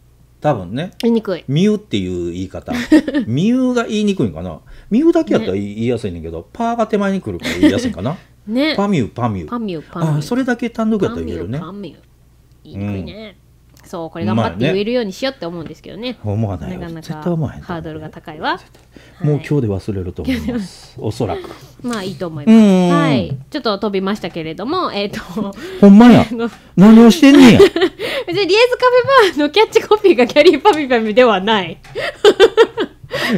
[SPEAKER 2] 多分ね
[SPEAKER 1] 言いにくい
[SPEAKER 2] 「みゆ」っていう言い 方「みゆ」が言いにくいんかな「みゆ」だけやったら言い言いやすいねんけど「パー」が手前に来るから言いやすいんか な「
[SPEAKER 1] ね
[SPEAKER 2] パミュパミュ
[SPEAKER 1] パ」ミュパミュ
[SPEAKER 2] あそれだけ単独や
[SPEAKER 1] パ
[SPEAKER 2] ったら
[SPEAKER 1] ミ
[SPEAKER 2] 言える
[SPEAKER 1] ュ
[SPEAKER 2] ね
[SPEAKER 1] パミュ言いにくいね、そうこれ頑張って言えるようにしようって思うんですけどね、
[SPEAKER 2] 思わない
[SPEAKER 1] な
[SPEAKER 2] よ
[SPEAKER 1] かな
[SPEAKER 2] 絶
[SPEAKER 1] か
[SPEAKER 2] 対思わへんと
[SPEAKER 1] ハ
[SPEAKER 2] 思
[SPEAKER 1] ー
[SPEAKER 2] う
[SPEAKER 1] ドルが高いわ
[SPEAKER 2] もう今日で忘れると思いますおそらく
[SPEAKER 1] まあいいと思いま
[SPEAKER 2] う
[SPEAKER 1] す、
[SPEAKER 2] ん
[SPEAKER 1] はいちょっと飛びましたけれどもえっ、と
[SPEAKER 2] ほんまや
[SPEAKER 1] あの
[SPEAKER 2] 何をして んねんや
[SPEAKER 1] 別にリエズカフェバーのキャッチコピーがキャリーパミュパミュではない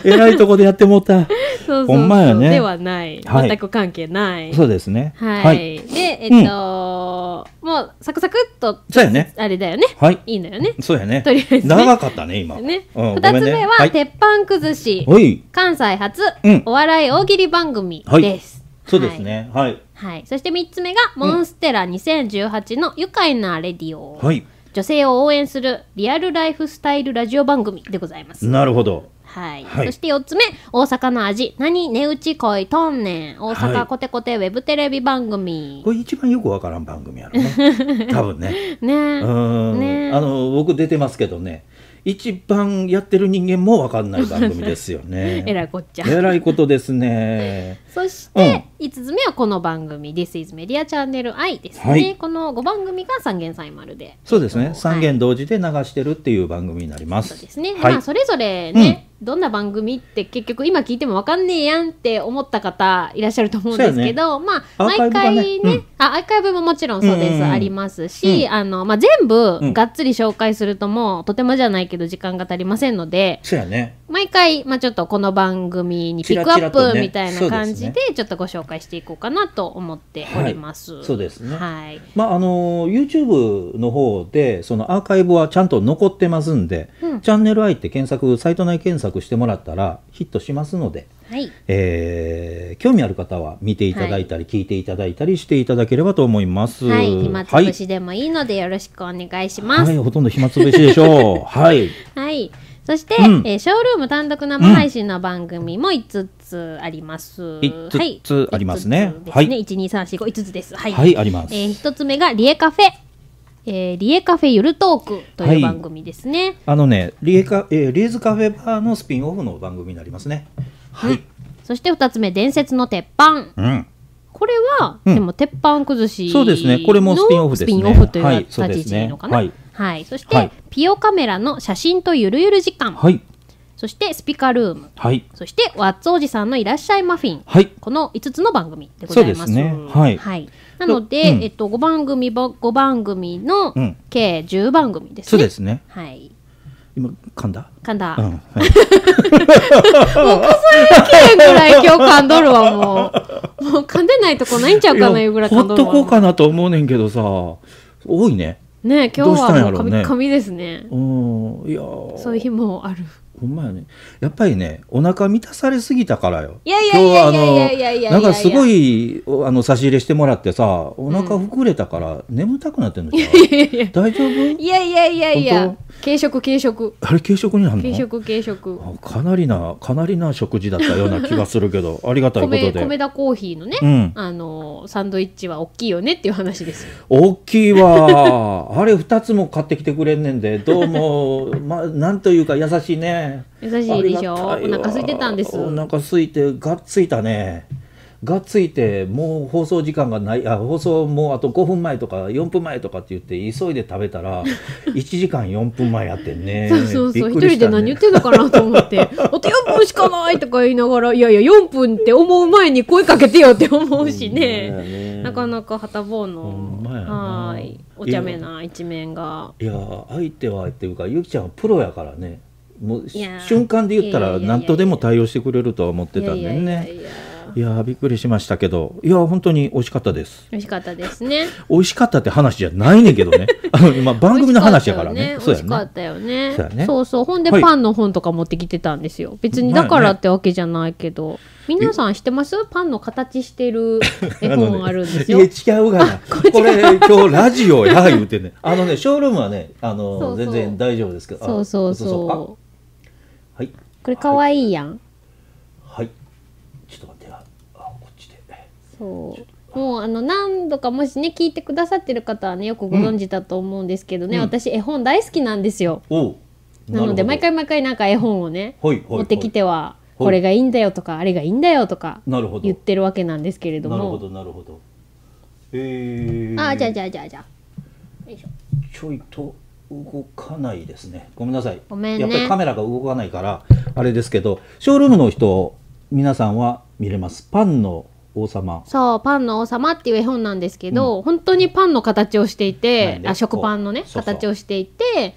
[SPEAKER 2] えらいとこでやってもう
[SPEAKER 1] そ
[SPEAKER 2] た。
[SPEAKER 1] うそう
[SPEAKER 2] ほんまやね
[SPEAKER 1] ではない、
[SPEAKER 2] はい
[SPEAKER 1] 全く関係ない
[SPEAKER 2] そうですね。
[SPEAKER 1] はい、
[SPEAKER 2] はい。
[SPEAKER 1] でえっ、と、もうサクサクっと
[SPEAKER 2] そうやね。
[SPEAKER 1] あれだよね、
[SPEAKER 2] はい。
[SPEAKER 1] いいのよね
[SPEAKER 2] そうやね。
[SPEAKER 1] とりあえずね
[SPEAKER 2] 長かったね、今。
[SPEAKER 1] ね、
[SPEAKER 2] うん
[SPEAKER 1] 二つ
[SPEAKER 2] ごめん
[SPEAKER 1] 目
[SPEAKER 2] ね
[SPEAKER 1] は、
[SPEAKER 2] はい
[SPEAKER 1] 鉄板崩し
[SPEAKER 2] おい。
[SPEAKER 1] 関西初、
[SPEAKER 2] うん
[SPEAKER 1] お笑い大喜利番組
[SPEAKER 2] はい
[SPEAKER 1] です、
[SPEAKER 2] そうですね。は
[SPEAKER 1] は
[SPEAKER 2] い。
[SPEAKER 1] い、はいそして三つ目が、モンステラ2018の愉快なレディオ、
[SPEAKER 2] はい。
[SPEAKER 1] 女性を応援するリアルライフスタイルラジオ番組でございます
[SPEAKER 2] なるほど。
[SPEAKER 1] はい、
[SPEAKER 2] はい
[SPEAKER 1] そして4つ目大阪の味何値打ち恋とんねん大
[SPEAKER 2] は
[SPEAKER 1] 阪
[SPEAKER 2] い
[SPEAKER 1] コテコテウェブテレビ番組、
[SPEAKER 2] これ一番よくわからん番組やろ ね。多分ね。
[SPEAKER 1] ね
[SPEAKER 2] うーん。
[SPEAKER 1] ね
[SPEAKER 2] あの、僕出てますけどね。一番やってる人間もわかんない番組ですよ ね。
[SPEAKER 1] えらいこっちゃ
[SPEAKER 2] えらいことですね。
[SPEAKER 1] そして、5つ目はこの番組「This is Media Channel I」ですね、
[SPEAKER 2] はい
[SPEAKER 1] この5番組が三元祭丸で
[SPEAKER 2] そうです
[SPEAKER 1] えっ
[SPEAKER 2] ね。
[SPEAKER 1] と
[SPEAKER 2] 三元同時で流してるっていう番組になりま
[SPEAKER 1] そう
[SPEAKER 2] す。
[SPEAKER 1] ですね、で
[SPEAKER 2] はい
[SPEAKER 1] まあそれぞれね、どんな番組って結局今聞いてもわかんねえやんって思った方いらっしゃると思うんですけど、まあ
[SPEAKER 2] アー
[SPEAKER 1] 毎
[SPEAKER 2] カイブが
[SPEAKER 1] 回
[SPEAKER 2] ね
[SPEAKER 1] ね
[SPEAKER 2] うん
[SPEAKER 1] あアーカイブももちろんそうです、
[SPEAKER 2] うんうんうん
[SPEAKER 1] ありますし、
[SPEAKER 2] う
[SPEAKER 1] あのまあ、全部
[SPEAKER 2] うん
[SPEAKER 1] がっつり紹介するともうとてもじゃないけど時間が足りませんので。
[SPEAKER 2] そうやね。
[SPEAKER 1] 毎回、まあ、ちょっとこの番組にピックア
[SPEAKER 2] ち
[SPEAKER 1] ッ
[SPEAKER 2] らちらと
[SPEAKER 1] プ
[SPEAKER 2] ね
[SPEAKER 1] みたいな感じ
[SPEAKER 2] そう
[SPEAKER 1] でちょっとご紹介していこうかなと思っております。
[SPEAKER 2] はいそうですね
[SPEAKER 1] はい
[SPEAKER 2] まああの YouTube の方でそのアーカイブはちゃんと残ってますんで、
[SPEAKER 1] うん
[SPEAKER 2] チャンネル I って検索サイト内検索してもらったらヒットしますので、
[SPEAKER 1] はい
[SPEAKER 2] えー興味ある方は見ていただいたり、聞いていただいたりしていただければと思います。
[SPEAKER 1] はい、暇つぶし
[SPEAKER 2] で
[SPEAKER 1] でもいいのでよろしくお願いし
[SPEAKER 2] は
[SPEAKER 1] ま
[SPEAKER 2] い、
[SPEAKER 1] す。
[SPEAKER 2] はい、ほとんど暇つぶしでし ょう。はい、
[SPEAKER 1] はい。そして、
[SPEAKER 2] うん
[SPEAKER 1] えーショールーム単独生配信の番組も5つあります。
[SPEAKER 2] 5つ
[SPEAKER 1] はい
[SPEAKER 2] ありますね
[SPEAKER 1] 5つです
[SPEAKER 2] はい
[SPEAKER 1] ね。1、2、3、4、5、5つです。はい。
[SPEAKER 2] はい、あります。
[SPEAKER 1] えー、1つ目が、リエカフェ。えーリエカフェゆるトークと
[SPEAKER 2] はいいう
[SPEAKER 1] 番組ですね。
[SPEAKER 2] あのね、リエカ、えーリエズカフェバーのスピンオフの番組になりますね。はい。
[SPEAKER 1] そして2つ目、伝説の鉄板。
[SPEAKER 2] うん。
[SPEAKER 1] これは、
[SPEAKER 2] うん
[SPEAKER 1] でも鉄板崩しの
[SPEAKER 2] そうですねこれもスピンオフですね
[SPEAKER 1] スピンオフという
[SPEAKER 2] はいそうですね
[SPEAKER 1] 立ち位置のかな。は
[SPEAKER 2] はいい、
[SPEAKER 1] そして、
[SPEAKER 2] はい
[SPEAKER 1] ピオカメラの写真とゆるゆる時間、
[SPEAKER 2] はい。
[SPEAKER 1] そしてスピカルーム、
[SPEAKER 2] はい。
[SPEAKER 1] そしてワッツおじさんのいらっしゃいマフィン。
[SPEAKER 2] はい。
[SPEAKER 1] この5つの番組でございます。
[SPEAKER 2] そうですねはい
[SPEAKER 1] なので、
[SPEAKER 2] うん
[SPEAKER 1] えっと、5番組ぼ、5番組の
[SPEAKER 2] うん
[SPEAKER 1] 計10番組ですね。
[SPEAKER 2] そうですね。
[SPEAKER 1] はい。
[SPEAKER 2] 今、噛んだ
[SPEAKER 1] 神田、
[SPEAKER 2] うん。
[SPEAKER 1] もう
[SPEAKER 2] はい
[SPEAKER 1] 数えきれんぐらい今日噛んどるわ、も う。もう噛んでないとこないんちゃうかな、いうぐらい
[SPEAKER 2] いや
[SPEAKER 1] 噛
[SPEAKER 2] ほ
[SPEAKER 1] んど
[SPEAKER 2] っと
[SPEAKER 1] る
[SPEAKER 2] こう
[SPEAKER 1] わ。
[SPEAKER 2] かなと思うねんけどさ、多いね。
[SPEAKER 1] ね今
[SPEAKER 2] どう
[SPEAKER 1] 日
[SPEAKER 2] したん
[SPEAKER 1] は
[SPEAKER 2] や
[SPEAKER 1] も
[SPEAKER 2] ろ
[SPEAKER 1] う
[SPEAKER 2] う
[SPEAKER 1] 噛
[SPEAKER 2] ね
[SPEAKER 1] み噛みですね。
[SPEAKER 2] うん。いやー
[SPEAKER 1] そういう日もある。
[SPEAKER 2] ほんまやね。やっぱりね、お腹満たされすぎたからよ。
[SPEAKER 1] いやいや
[SPEAKER 2] 今
[SPEAKER 1] い
[SPEAKER 2] 日は
[SPEAKER 1] や
[SPEAKER 2] あ
[SPEAKER 1] いやいやいやいやいや
[SPEAKER 2] の、なんかすごい、おあの、差し入れしてもらってさ、お腹膨れたから、眠たくなってんのじゃ
[SPEAKER 1] いやいや
[SPEAKER 2] う大丈夫
[SPEAKER 1] いやいやいやいや
[SPEAKER 2] 本。
[SPEAKER 1] 軽食、軽食。
[SPEAKER 2] あれ、軽食になるの
[SPEAKER 1] 軽食、軽食。
[SPEAKER 2] あかなりな、かなりな食事だったような気がするけ ど、ありがたいこと
[SPEAKER 1] 米、
[SPEAKER 2] で。
[SPEAKER 1] 米田コーヒーのね、
[SPEAKER 2] うん
[SPEAKER 1] あの、サンドイッチは大きいよねっていう話ですよ。
[SPEAKER 2] 大きいわーあれ2つも買ってきてくれんねんでどうもまあなんというか優しいね
[SPEAKER 1] 優しいでしょ
[SPEAKER 2] ありがたいわ
[SPEAKER 1] お腹空いてたんです
[SPEAKER 2] お腹空いてがっついたねがっついてもう放送時間がないあ放送もうあと5分前とか4分前とかって言って急いで食べ たら1時間4分前やってんね
[SPEAKER 1] そうそうそう、
[SPEAKER 2] び
[SPEAKER 1] 一
[SPEAKER 2] っく
[SPEAKER 1] 人
[SPEAKER 2] りした
[SPEAKER 1] で何
[SPEAKER 2] ね
[SPEAKER 1] 言ってんのかなと思 って、あと4分しかないとか言いながら、いやいや、4分って思う前に声かけてよって思うし
[SPEAKER 2] ほんまや
[SPEAKER 1] ね、
[SPEAKER 2] ね
[SPEAKER 1] なかなかはたぼう
[SPEAKER 2] ほ
[SPEAKER 1] の
[SPEAKER 2] んまや、な
[SPEAKER 1] はーい、お茶目な一面が。
[SPEAKER 2] いやー相手はっていうかゆきちゃんはプロやからねもう
[SPEAKER 1] いやー
[SPEAKER 2] 瞬間で言った
[SPEAKER 1] いや
[SPEAKER 2] ら
[SPEAKER 1] いやいやいや
[SPEAKER 2] 何とでも対応してくれるとは思ってたん
[SPEAKER 1] い
[SPEAKER 2] だ
[SPEAKER 1] や
[SPEAKER 2] よ
[SPEAKER 1] いやい
[SPEAKER 2] ね
[SPEAKER 1] やいや
[SPEAKER 2] いやーびっくりしましたけどいやー本当に美味しかったです
[SPEAKER 1] 美味しかったですね。
[SPEAKER 2] 美味しかったって話じゃないねんけど ねあの今番組の話やからね
[SPEAKER 1] 美味しかっ
[SPEAKER 2] ね
[SPEAKER 1] たよね。
[SPEAKER 2] そうやね
[SPEAKER 1] そうそう、ほんで
[SPEAKER 2] はい
[SPEAKER 1] パンの本とか持ってきてたんですよ。別にだからってわけじゃないけど、皆さん知ってますパンの形してる絵本あるんですよ
[SPEAKER 2] いや。違うがなこれ今日ラジオや言う てねあのねショールームはねあの
[SPEAKER 1] そうそう
[SPEAKER 2] 全然大丈夫ですけどあ
[SPEAKER 1] そうそう
[SPEAKER 2] あ
[SPEAKER 1] そう。
[SPEAKER 2] はい
[SPEAKER 1] これ可愛いやん。
[SPEAKER 2] はいちょっと待ってなあこっちで
[SPEAKER 1] そうもうあの何度かもしね聞いてくださってる方はねよくご存知だと思うんですけどね、
[SPEAKER 2] うん
[SPEAKER 1] 私絵本大好きなんですよ
[SPEAKER 2] おう
[SPEAKER 1] なので毎回毎回なんか絵本をね
[SPEAKER 2] はいはいはい
[SPEAKER 1] 持ってきては
[SPEAKER 2] ほい
[SPEAKER 1] これがいいんだよとかあれがいいんだよとか
[SPEAKER 2] なるほど
[SPEAKER 1] 言ってるわけなんですけれど
[SPEAKER 2] なるほ
[SPEAKER 1] も
[SPEAKER 2] どなるほどえー、
[SPEAKER 1] あじゃあじゃあじゃあじゃあよいしょ
[SPEAKER 2] ちょいと動かないですねごめんなさい
[SPEAKER 1] ごめんね
[SPEAKER 2] やっぱりカメラが動かないからあれですけどショールームの人皆さんは見れますパンの王様
[SPEAKER 1] そう「パンの王様」っていう絵本なんですけど、本当にパンの形をしてい
[SPEAKER 2] な
[SPEAKER 1] て
[SPEAKER 2] んで
[SPEAKER 1] あ食パンのね
[SPEAKER 2] こうそうそう
[SPEAKER 1] 形をしていて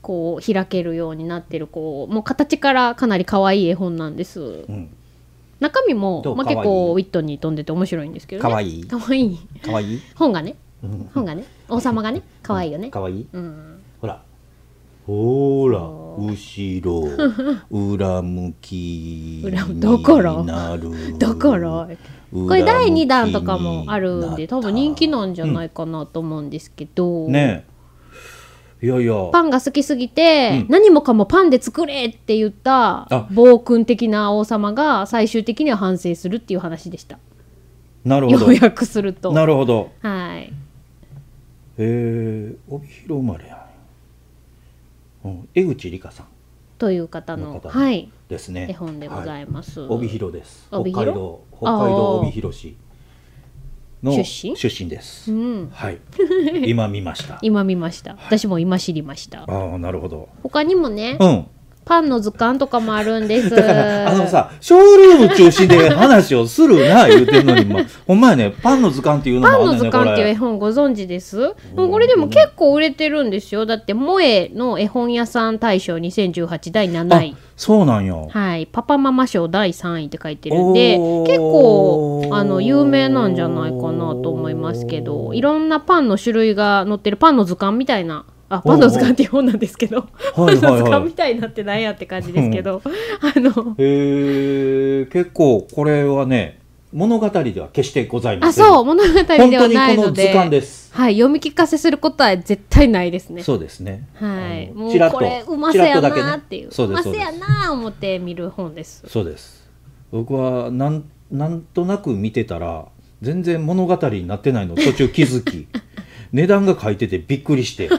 [SPEAKER 1] こう開けるようになってるこうもう形からかなり可愛い絵本なんです
[SPEAKER 2] うん
[SPEAKER 1] 中身も
[SPEAKER 2] どう
[SPEAKER 1] まあ、
[SPEAKER 2] 可愛い
[SPEAKER 1] 結構ウィットに飛んでて面白いんですけどね
[SPEAKER 2] 可愛い
[SPEAKER 1] 可愛い
[SPEAKER 2] かわいい
[SPEAKER 1] 本がね
[SPEAKER 2] うん
[SPEAKER 1] 本がね王様がね可愛いよね
[SPEAKER 2] かわいい
[SPEAKER 1] うん
[SPEAKER 2] ほらほーら後 ろ裏向き
[SPEAKER 1] 裏どころ
[SPEAKER 2] になる、
[SPEAKER 1] だからこれ第2弾とかもあるんで多分人気なんじゃないいかなと思うんですけど、
[SPEAKER 2] うんねえいやいや
[SPEAKER 1] パンが好きすぎて、
[SPEAKER 2] うん
[SPEAKER 1] 何もかもパンで作れって言った
[SPEAKER 2] あ
[SPEAKER 1] 暴君的な王様が最終的には反省するっていう話でした
[SPEAKER 2] なるほ
[SPEAKER 1] 要約する
[SPEAKER 2] ど
[SPEAKER 1] と
[SPEAKER 2] なるほど
[SPEAKER 1] はい
[SPEAKER 2] えー、帯広生まれやん、うん、江口理香さん
[SPEAKER 1] という方の
[SPEAKER 2] の方
[SPEAKER 1] はい、
[SPEAKER 2] ですね
[SPEAKER 1] 絵本でござ
[SPEAKER 2] はい
[SPEAKER 1] ます、
[SPEAKER 2] 帯広です北
[SPEAKER 1] 帯
[SPEAKER 2] 海
[SPEAKER 1] 広
[SPEAKER 2] 道北海道帯広市の
[SPEAKER 1] 出身
[SPEAKER 2] 出身です、
[SPEAKER 1] うん
[SPEAKER 2] はい今見ました
[SPEAKER 1] 今見ました私も今知りました
[SPEAKER 2] ああなるほど
[SPEAKER 1] 他にもね、
[SPEAKER 2] うん
[SPEAKER 1] パンの図鑑とかもあるんです。
[SPEAKER 2] だからあのさショールーム中心で話をするな言うてんのに、まあ、ほんまやねパンの図鑑っていうのも
[SPEAKER 1] パンの
[SPEAKER 2] あんねん
[SPEAKER 1] 図
[SPEAKER 2] ねこ
[SPEAKER 1] 鑑っていう絵
[SPEAKER 2] れ
[SPEAKER 1] 本ご存知です
[SPEAKER 2] ん
[SPEAKER 1] もうこれでも結構売れてるんですよ。だって、萌えの絵本屋さん大賞2018第7位
[SPEAKER 2] あ。そうなんよ
[SPEAKER 1] はい。パパママ賞第3位って書いてるんで、
[SPEAKER 2] おー
[SPEAKER 1] 結構、あの、有名なんじゃないかなと思いますけど、いろんなパンの種類が載ってるパンの図鑑みたいな、あ、パンの図鑑っていう本なんですけど、 パ
[SPEAKER 2] おー
[SPEAKER 1] ンの図
[SPEAKER 2] はいはいはい
[SPEAKER 1] 鑑みたいなってなんやって感じですけど、あの、
[SPEAKER 2] へえ結構これはね物語では決してございま
[SPEAKER 1] あ、
[SPEAKER 2] せん
[SPEAKER 1] そう、物語
[SPEAKER 2] 本
[SPEAKER 1] で
[SPEAKER 2] 当
[SPEAKER 1] は
[SPEAKER 2] に
[SPEAKER 1] ない
[SPEAKER 2] こ
[SPEAKER 1] の
[SPEAKER 2] の図
[SPEAKER 1] で。
[SPEAKER 2] 鑑です
[SPEAKER 1] はい、読み聞かせすることは絶対ないですね。
[SPEAKER 2] そうですね。
[SPEAKER 1] はい、
[SPEAKER 2] あの
[SPEAKER 1] も
[SPEAKER 2] ちら
[SPEAKER 1] う
[SPEAKER 2] っと
[SPEAKER 1] これうませや
[SPEAKER 2] ちらっとだけね
[SPEAKER 1] なっていう
[SPEAKER 2] そう
[SPEAKER 1] う
[SPEAKER 2] で。
[SPEAKER 1] ますせ
[SPEAKER 2] そうで
[SPEAKER 1] や
[SPEAKER 2] す
[SPEAKER 1] な思って見る本です。
[SPEAKER 2] そうです。僕はなん なんとなく見てたら全然物語になってないの途中気づき。値段が書いててびっくりしてう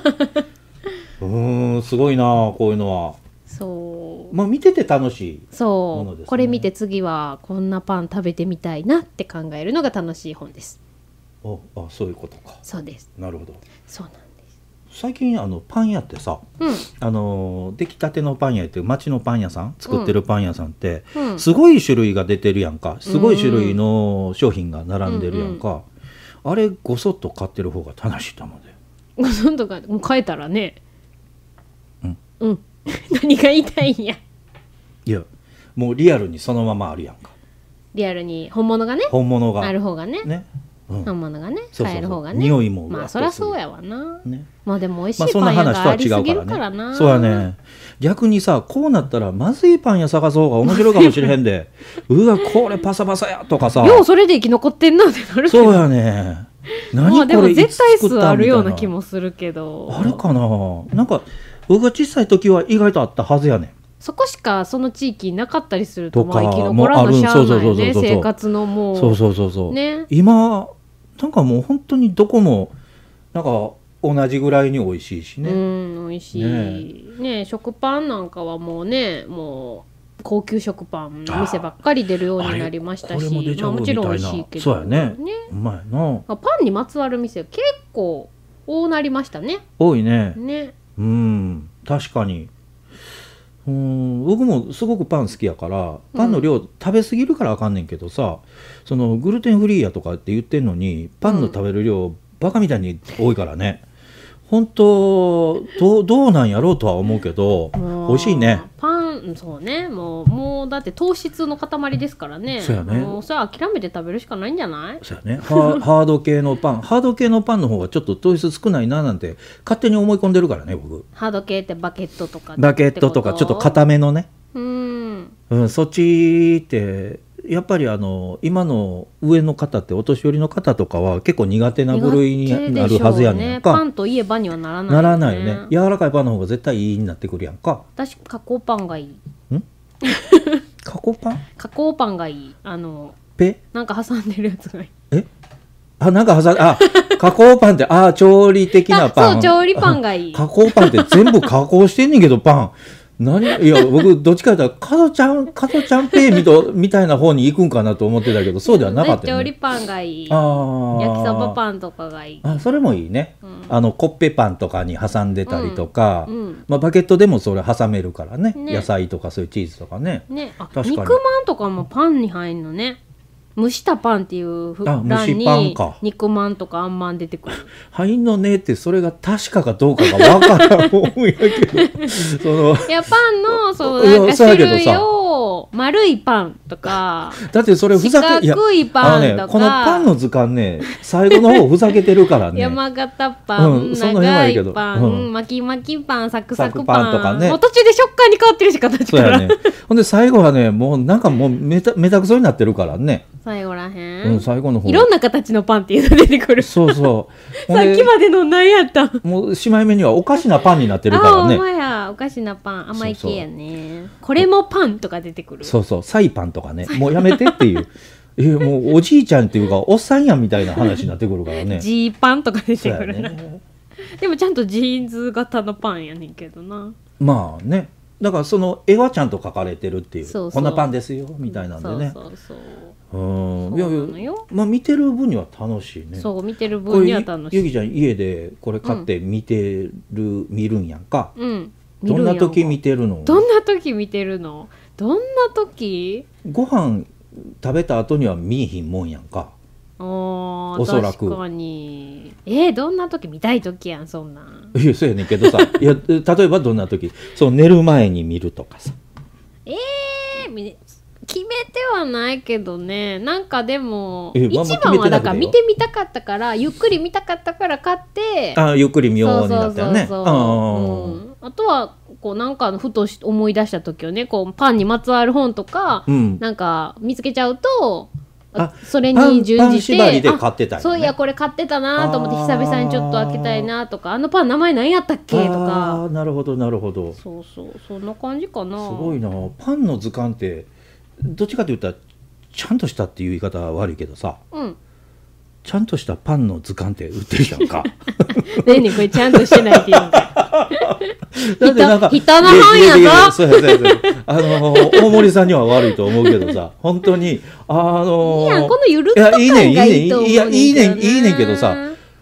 [SPEAKER 2] ーんすごいなあこういうのは
[SPEAKER 1] そう
[SPEAKER 2] まあ見てて楽しい
[SPEAKER 1] そ
[SPEAKER 2] も
[SPEAKER 1] う
[SPEAKER 2] のですね
[SPEAKER 1] これ見て次はこんなパン食べてみたいなって考えるのが楽しい本です
[SPEAKER 2] おあそういうことか
[SPEAKER 1] そうです
[SPEAKER 2] なるほど
[SPEAKER 1] そうなんです
[SPEAKER 2] 最近あのパン屋ってさ あの出来たてのパン屋っていう町のパン屋さん作ってるパン屋さんって、
[SPEAKER 1] うん、うん、
[SPEAKER 2] すごい種類が出てるやんかすごい種類の商品が並んでるやんか、あれごそっと買ってる方が楽しいと思うで
[SPEAKER 1] ご存とかもう変えたらね
[SPEAKER 2] うん、
[SPEAKER 1] うん、 何が言いたいんや
[SPEAKER 2] いやもうリアルにそのままあるやんか
[SPEAKER 1] リアルに本物がね
[SPEAKER 2] 本物が
[SPEAKER 1] ある方がね
[SPEAKER 2] ね、うん
[SPEAKER 1] 本物がね
[SPEAKER 2] そうそうそう
[SPEAKER 1] 買える方がね
[SPEAKER 2] 匂いも
[SPEAKER 1] まあ
[SPEAKER 2] ワクワクす
[SPEAKER 1] そ
[SPEAKER 2] る
[SPEAKER 1] りゃそうやわな
[SPEAKER 2] ね
[SPEAKER 1] まあでも美
[SPEAKER 2] まあ
[SPEAKER 1] 味しい
[SPEAKER 2] そん
[SPEAKER 1] パ
[SPEAKER 2] な
[SPEAKER 1] ン屋
[SPEAKER 2] 話と
[SPEAKER 1] が
[SPEAKER 2] は
[SPEAKER 1] あり
[SPEAKER 2] 違
[SPEAKER 1] すぎ
[SPEAKER 2] う
[SPEAKER 1] るか
[SPEAKER 2] からら
[SPEAKER 1] な
[SPEAKER 2] ねそうやね逆にさこうなったらまずいパン屋探そうが面白いかもしれへ んでうわこれパサパサやとかさ
[SPEAKER 1] ようそれで生き残ってんなってなるけど
[SPEAKER 2] そうやね
[SPEAKER 1] ま
[SPEAKER 2] 何こ
[SPEAKER 1] あ
[SPEAKER 2] れ
[SPEAKER 1] でも絶対
[SPEAKER 2] いつ作っ
[SPEAKER 1] 数
[SPEAKER 2] た
[SPEAKER 1] あるような
[SPEAKER 2] みた
[SPEAKER 1] 気もするけど
[SPEAKER 2] あれかななんか僕が小さい時は意外とあったはずやねん
[SPEAKER 1] そこしかその地域なかったりすると
[SPEAKER 2] と
[SPEAKER 1] まあ
[SPEAKER 2] か
[SPEAKER 1] 生き残らなしゃあ
[SPEAKER 2] もうあるそう
[SPEAKER 1] な
[SPEAKER 2] そ
[SPEAKER 1] いう
[SPEAKER 2] そう
[SPEAKER 1] ね
[SPEAKER 2] そうそう
[SPEAKER 1] 生活のもう
[SPEAKER 2] そうそうそうそう、
[SPEAKER 1] ね
[SPEAKER 2] 今なんかもう本当にどこもなんか同じぐらいに美味しいしね、
[SPEAKER 1] うん美味しいね食パンなんかはもうねもう高級食パンの店ばっかり出るようになりました
[SPEAKER 2] あれ
[SPEAKER 1] し
[SPEAKER 2] これも出ちゃ
[SPEAKER 1] まあ
[SPEAKER 2] う
[SPEAKER 1] も
[SPEAKER 2] み
[SPEAKER 1] ち
[SPEAKER 2] たいな
[SPEAKER 1] ろん美味しいけど
[SPEAKER 2] そうやねうまいな
[SPEAKER 1] まあパンにまつわる店結構多なりましたね
[SPEAKER 2] 多いね
[SPEAKER 1] ね
[SPEAKER 2] うん確かにうん僕もすごくパン好きやからパンの量食べ過ぎるからあかんねんけどさ、そのグルテンフリーやとかって言ってんのにパンの食べる量、バカみたいに多いからね本当どうどうなんやろうとは思うけど
[SPEAKER 1] もう
[SPEAKER 2] 美味しいね
[SPEAKER 1] パンそうねもうもうだって糖質の塊ですからね
[SPEAKER 2] そうやね
[SPEAKER 1] もうそれは諦めて食べるしかないんじゃない
[SPEAKER 2] そうやねハーハード系のパンハード系のパンの方がちょっと糖質少ないななんて勝手に思い込んでるからね僕
[SPEAKER 1] ハード系ってバケットとか
[SPEAKER 2] バケットとかちょっと硬めのね
[SPEAKER 1] うん
[SPEAKER 2] うん、そっちってやっぱりあの今の上の方ってお年寄りの方とかは結構苦手な部類に
[SPEAKER 1] 苦手
[SPEAKER 2] な
[SPEAKER 1] でしょ
[SPEAKER 2] る
[SPEAKER 1] うね
[SPEAKER 2] はずやねん
[SPEAKER 1] パ
[SPEAKER 2] か
[SPEAKER 1] ンといえばにはならない
[SPEAKER 2] ならないよね柔らかいパンの方が絶対いいになってくるやんか
[SPEAKER 1] 私加工パンがいい
[SPEAKER 2] 加工パン
[SPEAKER 1] 加工パンがいいあの
[SPEAKER 2] ペ
[SPEAKER 1] なんか挟んでるやつがいい
[SPEAKER 2] えあなんか挟んあ加工パンってあ調理的なパン
[SPEAKER 1] あそう調理パンがいい
[SPEAKER 2] 加工パンって全部加工してんねんけどパン何いや僕どっちかというと加トちゃん加トちゃんペイみとみたいな方に行くんかなと思ってたけどそうではなかった
[SPEAKER 1] 調
[SPEAKER 2] よね
[SPEAKER 1] 理パンがいい
[SPEAKER 2] あ
[SPEAKER 1] 焼
[SPEAKER 2] ー
[SPEAKER 1] きそばパンとかがいい
[SPEAKER 2] あそれもいいね、
[SPEAKER 1] うん
[SPEAKER 2] あのコッペパンとかに挟んでたりとか、
[SPEAKER 1] うん
[SPEAKER 2] まあ、バケットでもそれ挟めるからね
[SPEAKER 1] ね
[SPEAKER 2] 野菜とかそういうチーズとかね
[SPEAKER 1] ねあ
[SPEAKER 2] 確かに
[SPEAKER 1] 肉まんとかもパンに入るのね蒸したパンっていうふ
[SPEAKER 2] あ
[SPEAKER 1] 欄に
[SPEAKER 2] 蒸しパンか
[SPEAKER 1] 肉まんとかあんまん出てくる
[SPEAKER 2] 入んのねってそれが確かかどうかがわからん思うんや けどその
[SPEAKER 1] いやパン のそう
[SPEAKER 2] いや
[SPEAKER 1] なんか
[SPEAKER 2] そうや
[SPEAKER 1] 種
[SPEAKER 2] けどさ
[SPEAKER 1] 類を丸いパンとか
[SPEAKER 2] だってそれふざけ
[SPEAKER 1] 四角いパンとか
[SPEAKER 2] あのねこのパンの図鑑ね最後の方ふざけてるから ね
[SPEAKER 1] 山形パン、
[SPEAKER 2] うんその辺
[SPEAKER 1] 長
[SPEAKER 2] はいいけ
[SPEAKER 1] い
[SPEAKER 2] ど
[SPEAKER 1] パン、
[SPEAKER 2] うん
[SPEAKER 1] 巻き巻きパンサクサクパン
[SPEAKER 2] サクパンとかね
[SPEAKER 1] もう途中で食感に変わってるし形
[SPEAKER 2] そう
[SPEAKER 1] か
[SPEAKER 2] や
[SPEAKER 1] ら、
[SPEAKER 2] ねほんで最後はねもうなんかもうめためたくそになってるからね、
[SPEAKER 1] 最後らへ、
[SPEAKER 2] うんん、最後の方
[SPEAKER 1] いろんな形のパンっていうの出てくるさ
[SPEAKER 2] そ うそうほん
[SPEAKER 1] っ
[SPEAKER 2] で
[SPEAKER 1] きまでの何やったん
[SPEAKER 2] もうしまい目にはおかしなパンになってるか
[SPEAKER 1] あ
[SPEAKER 2] ら
[SPEAKER 1] お
[SPEAKER 2] ね
[SPEAKER 1] 前やおかしなパン甘い系やねこれもパンとか出てくる
[SPEAKER 2] そうそう、サイパンとかね、もうやめてっ ていう。えもうおじいちゃんっていうか、おっさんやんみたいな話になってくるからね。
[SPEAKER 1] ジーパンとか 出
[SPEAKER 2] そ
[SPEAKER 1] て
[SPEAKER 2] うや
[SPEAKER 1] くるな、
[SPEAKER 2] ね。
[SPEAKER 1] でもちゃんとジーンズ型のパンやねんけどな
[SPEAKER 2] まあね、だからその絵はちゃんと描かれてるっていう、
[SPEAKER 1] そうそう
[SPEAKER 2] こんなパンですよみたいなんでね。
[SPEAKER 1] そうそうそう
[SPEAKER 2] う
[SPEAKER 1] そ
[SPEAKER 2] ん、
[SPEAKER 1] う
[SPEAKER 2] いやい
[SPEAKER 1] なの
[SPEAKER 2] や、
[SPEAKER 1] よ、
[SPEAKER 2] まあ見てる分には楽しいね。
[SPEAKER 1] そう見てる
[SPEAKER 2] こ
[SPEAKER 1] 分に
[SPEAKER 2] れ
[SPEAKER 1] は楽し
[SPEAKER 2] ゆ
[SPEAKER 1] い
[SPEAKER 2] きちゃん家でこれ買って見てる、見るんやんか。
[SPEAKER 1] うん見
[SPEAKER 2] ど
[SPEAKER 1] る
[SPEAKER 2] ん
[SPEAKER 1] や
[SPEAKER 2] な時
[SPEAKER 1] もう
[SPEAKER 2] 見てるの？
[SPEAKER 1] どんな時見てるのどんな時
[SPEAKER 2] ご飯食べた後には見えひんもんやんか。
[SPEAKER 1] お
[SPEAKER 2] おそらく
[SPEAKER 1] 確かにえー、どんな時見たい時やんそんなん
[SPEAKER 2] いや そうやねんけどさ、いや例えばどんな時、そう寝る前に見るとかさ。
[SPEAKER 1] えー、み決めてはないけどねなんかでも
[SPEAKER 2] え
[SPEAKER 1] 一
[SPEAKER 2] まあまあ
[SPEAKER 1] 番はだから見
[SPEAKER 2] 決め
[SPEAKER 1] てみたかったからゆっくり見たかったから買って
[SPEAKER 2] あゆっくり見よ
[SPEAKER 1] そうう
[SPEAKER 2] にな
[SPEAKER 1] そう
[SPEAKER 2] っ
[SPEAKER 1] そ
[SPEAKER 2] たよ
[SPEAKER 1] う
[SPEAKER 2] ね。
[SPEAKER 1] そう
[SPEAKER 2] あ
[SPEAKER 1] うんあとはこうなんかふとし思い出した時をねこうパンにまつわる本とか
[SPEAKER 2] ーうん。
[SPEAKER 1] なんか見つけちゃうと
[SPEAKER 2] あ
[SPEAKER 1] それ
[SPEAKER 2] パン
[SPEAKER 1] に準じて
[SPEAKER 2] パン縛りで
[SPEAKER 1] あ
[SPEAKER 2] 買ってたよね
[SPEAKER 1] そういやこれ買ってたなと思って
[SPEAKER 2] あ
[SPEAKER 1] 久
[SPEAKER 2] ー
[SPEAKER 1] 々にちょっと開けたいなとかあのパン名前何やったっけと
[SPEAKER 2] あ
[SPEAKER 1] か
[SPEAKER 2] ーなるほどなるほど。す
[SPEAKER 1] そうそうそんな感じかな
[SPEAKER 2] ごいな。パンの図鑑ってどっちかと言ったらちゃんとしたっていう言い方は悪いけどさ、
[SPEAKER 1] うん
[SPEAKER 2] ちちゃんとしたパンの図鑑って売ってるや んか。
[SPEAKER 1] 何これちゃんとしてないっていう のか
[SPEAKER 2] だってなんか
[SPEAKER 1] 人の本やぞ
[SPEAKER 2] いいいいそうやそうやそうやあのー大森さんには悪いと思うけどさ、本当にあの
[SPEAKER 1] い
[SPEAKER 2] ー
[SPEAKER 1] いやんこのゆるっと
[SPEAKER 2] い
[SPEAKER 1] 感
[SPEAKER 2] やいいねんいい
[SPEAKER 1] が
[SPEAKER 2] ねん
[SPEAKER 1] いいと思う
[SPEAKER 2] い
[SPEAKER 1] い
[SPEAKER 2] やいいねんいいねんけどさ、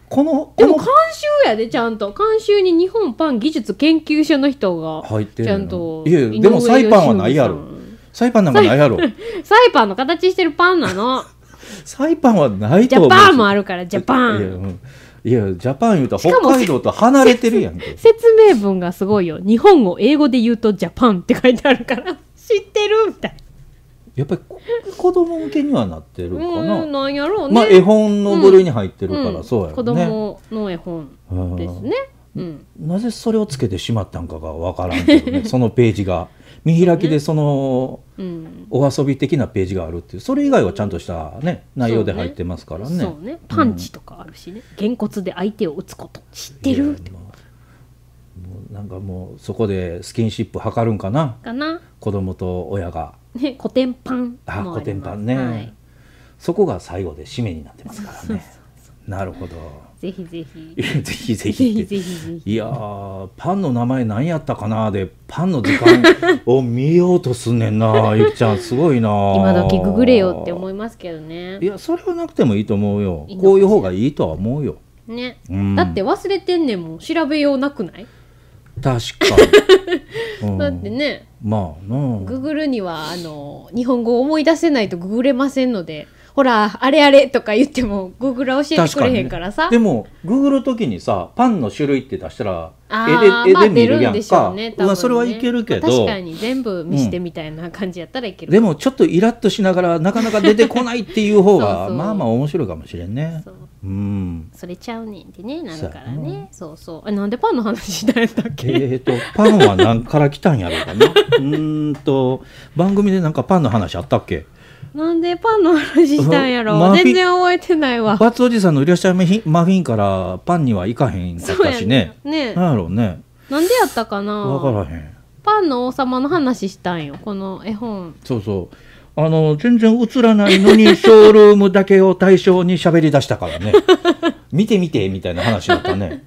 [SPEAKER 2] この
[SPEAKER 1] で
[SPEAKER 2] こ
[SPEAKER 1] も
[SPEAKER 2] の
[SPEAKER 1] 監修やでちゃんと監修に日本パン技術研究所の人が
[SPEAKER 2] 入ってる
[SPEAKER 1] ち
[SPEAKER 2] の
[SPEAKER 1] ゃんと
[SPEAKER 2] いやいやでもサイパンはないやろサイパンなんかないやろ。
[SPEAKER 1] サイパンの形してるパンな の
[SPEAKER 2] サイパンはない
[SPEAKER 1] ジ
[SPEAKER 2] と思
[SPEAKER 1] ャ
[SPEAKER 2] う。
[SPEAKER 1] パンもあるからジャパ
[SPEAKER 2] いや,、う
[SPEAKER 1] ン
[SPEAKER 2] んいやジャパン言うと
[SPEAKER 1] しか
[SPEAKER 2] 北
[SPEAKER 1] も
[SPEAKER 2] 海道と離れてるやんけ。
[SPEAKER 1] 説明文がすごいよ日本を英語で言うとジャパンって書いてあるから 知ってるみたい
[SPEAKER 2] やっぱりこ子供向けにはなってるか
[SPEAKER 1] な
[SPEAKER 2] な。
[SPEAKER 1] うんなんやろうね、
[SPEAKER 2] まあ絵本の部類に入ってるから、
[SPEAKER 1] うん
[SPEAKER 2] そうやろね。
[SPEAKER 1] 子供の絵本ですねうん
[SPEAKER 2] なぜそれをつけてしまったんかがわからんけどね そのページが見開きでその
[SPEAKER 1] うん
[SPEAKER 2] お遊び的なページがあるっていうそれ以外はちゃんとした、ね、内容で入ってますからね。
[SPEAKER 1] そうねパンチとかあるしね、げんこつで相手を打つこと知って
[SPEAKER 2] いや
[SPEAKER 1] る
[SPEAKER 2] もうもうなんかもうそこでスキンシップ図るんかな
[SPEAKER 1] かな
[SPEAKER 2] 子供と親が
[SPEAKER 1] ね古典パン
[SPEAKER 2] あ
[SPEAKER 1] も
[SPEAKER 2] 古
[SPEAKER 1] あり
[SPEAKER 2] 典
[SPEAKER 1] ます
[SPEAKER 2] 版ね、
[SPEAKER 1] はい
[SPEAKER 2] そこが最後で締めになってますからねなるほど
[SPEAKER 1] ぜひぜひ
[SPEAKER 2] いやぜひぜ
[SPEAKER 1] ぜ
[SPEAKER 2] ひ
[SPEAKER 1] ひ
[SPEAKER 2] っ
[SPEAKER 1] ぜ
[SPEAKER 2] て
[SPEAKER 1] ひぜひ
[SPEAKER 2] いやーパンの名前何やったかなでパンの図鑑を見ようとすんね んなゆきちゃんすごいな
[SPEAKER 1] 今時ググれよって思
[SPEAKER 2] い
[SPEAKER 1] いますけどね
[SPEAKER 2] いやそれはなくてもいいと思うよ
[SPEAKER 1] いいのかしら
[SPEAKER 2] こういう方がいいとは思うよ、
[SPEAKER 1] ね
[SPEAKER 2] うん、
[SPEAKER 1] だって忘れてんねんもん調べようなくない
[SPEAKER 2] 確かに、うん
[SPEAKER 1] だってね
[SPEAKER 2] まあな
[SPEAKER 1] ググるにはあの日本語を思い出せないとググれませんのでほらあれあれとか言ってもグーグルは教えてくれへんからさ
[SPEAKER 2] でもグーグル時にさパンの種類って出したら
[SPEAKER 1] あ
[SPEAKER 2] 絵
[SPEAKER 1] ー
[SPEAKER 2] で絵
[SPEAKER 1] まあ
[SPEAKER 2] で見るや
[SPEAKER 1] 出で
[SPEAKER 2] ん
[SPEAKER 1] しょ
[SPEAKER 2] か、
[SPEAKER 1] うね多分
[SPEAKER 2] う
[SPEAKER 1] ね
[SPEAKER 2] わそれはいけるけ
[SPEAKER 1] まあ確
[SPEAKER 2] ど、
[SPEAKER 1] かに全部見してみたいな感じやったらいける、
[SPEAKER 2] でもちょっとイラッとしながらなかなか出てこないっていう方が
[SPEAKER 1] そうそう
[SPEAKER 2] まあまあ面白いかもしれんね
[SPEAKER 1] そう
[SPEAKER 2] うん
[SPEAKER 1] それちゃうねんってねなるから
[SPEAKER 2] そうやな
[SPEAKER 1] ねそうそうあなんでパンの話したんやったっ
[SPEAKER 2] え
[SPEAKER 1] け、
[SPEAKER 2] ー、とパンは何から来たんやろうかなうーんと番組でなんかパンの話あったっけ
[SPEAKER 1] なんでパンの話したんや
[SPEAKER 2] うんマ
[SPEAKER 1] ろ
[SPEAKER 2] フ ィ
[SPEAKER 1] 全然覚えてない わ
[SPEAKER 2] バツおじさんの「いらっしゃいマフィンマフィン」からパンには行かへんかっ
[SPEAKER 1] そう
[SPEAKER 2] た
[SPEAKER 1] や
[SPEAKER 2] しね
[SPEAKER 1] ねね
[SPEAKER 2] なんやろうね
[SPEAKER 1] なんでやったか
[SPEAKER 2] 分
[SPEAKER 1] な
[SPEAKER 2] からへん
[SPEAKER 1] パンの王様の話したんよこの絵本
[SPEAKER 2] そうそうあの全然映らないのにショールームだけを対象に喋り出したか らね見て見てみたいな話だったね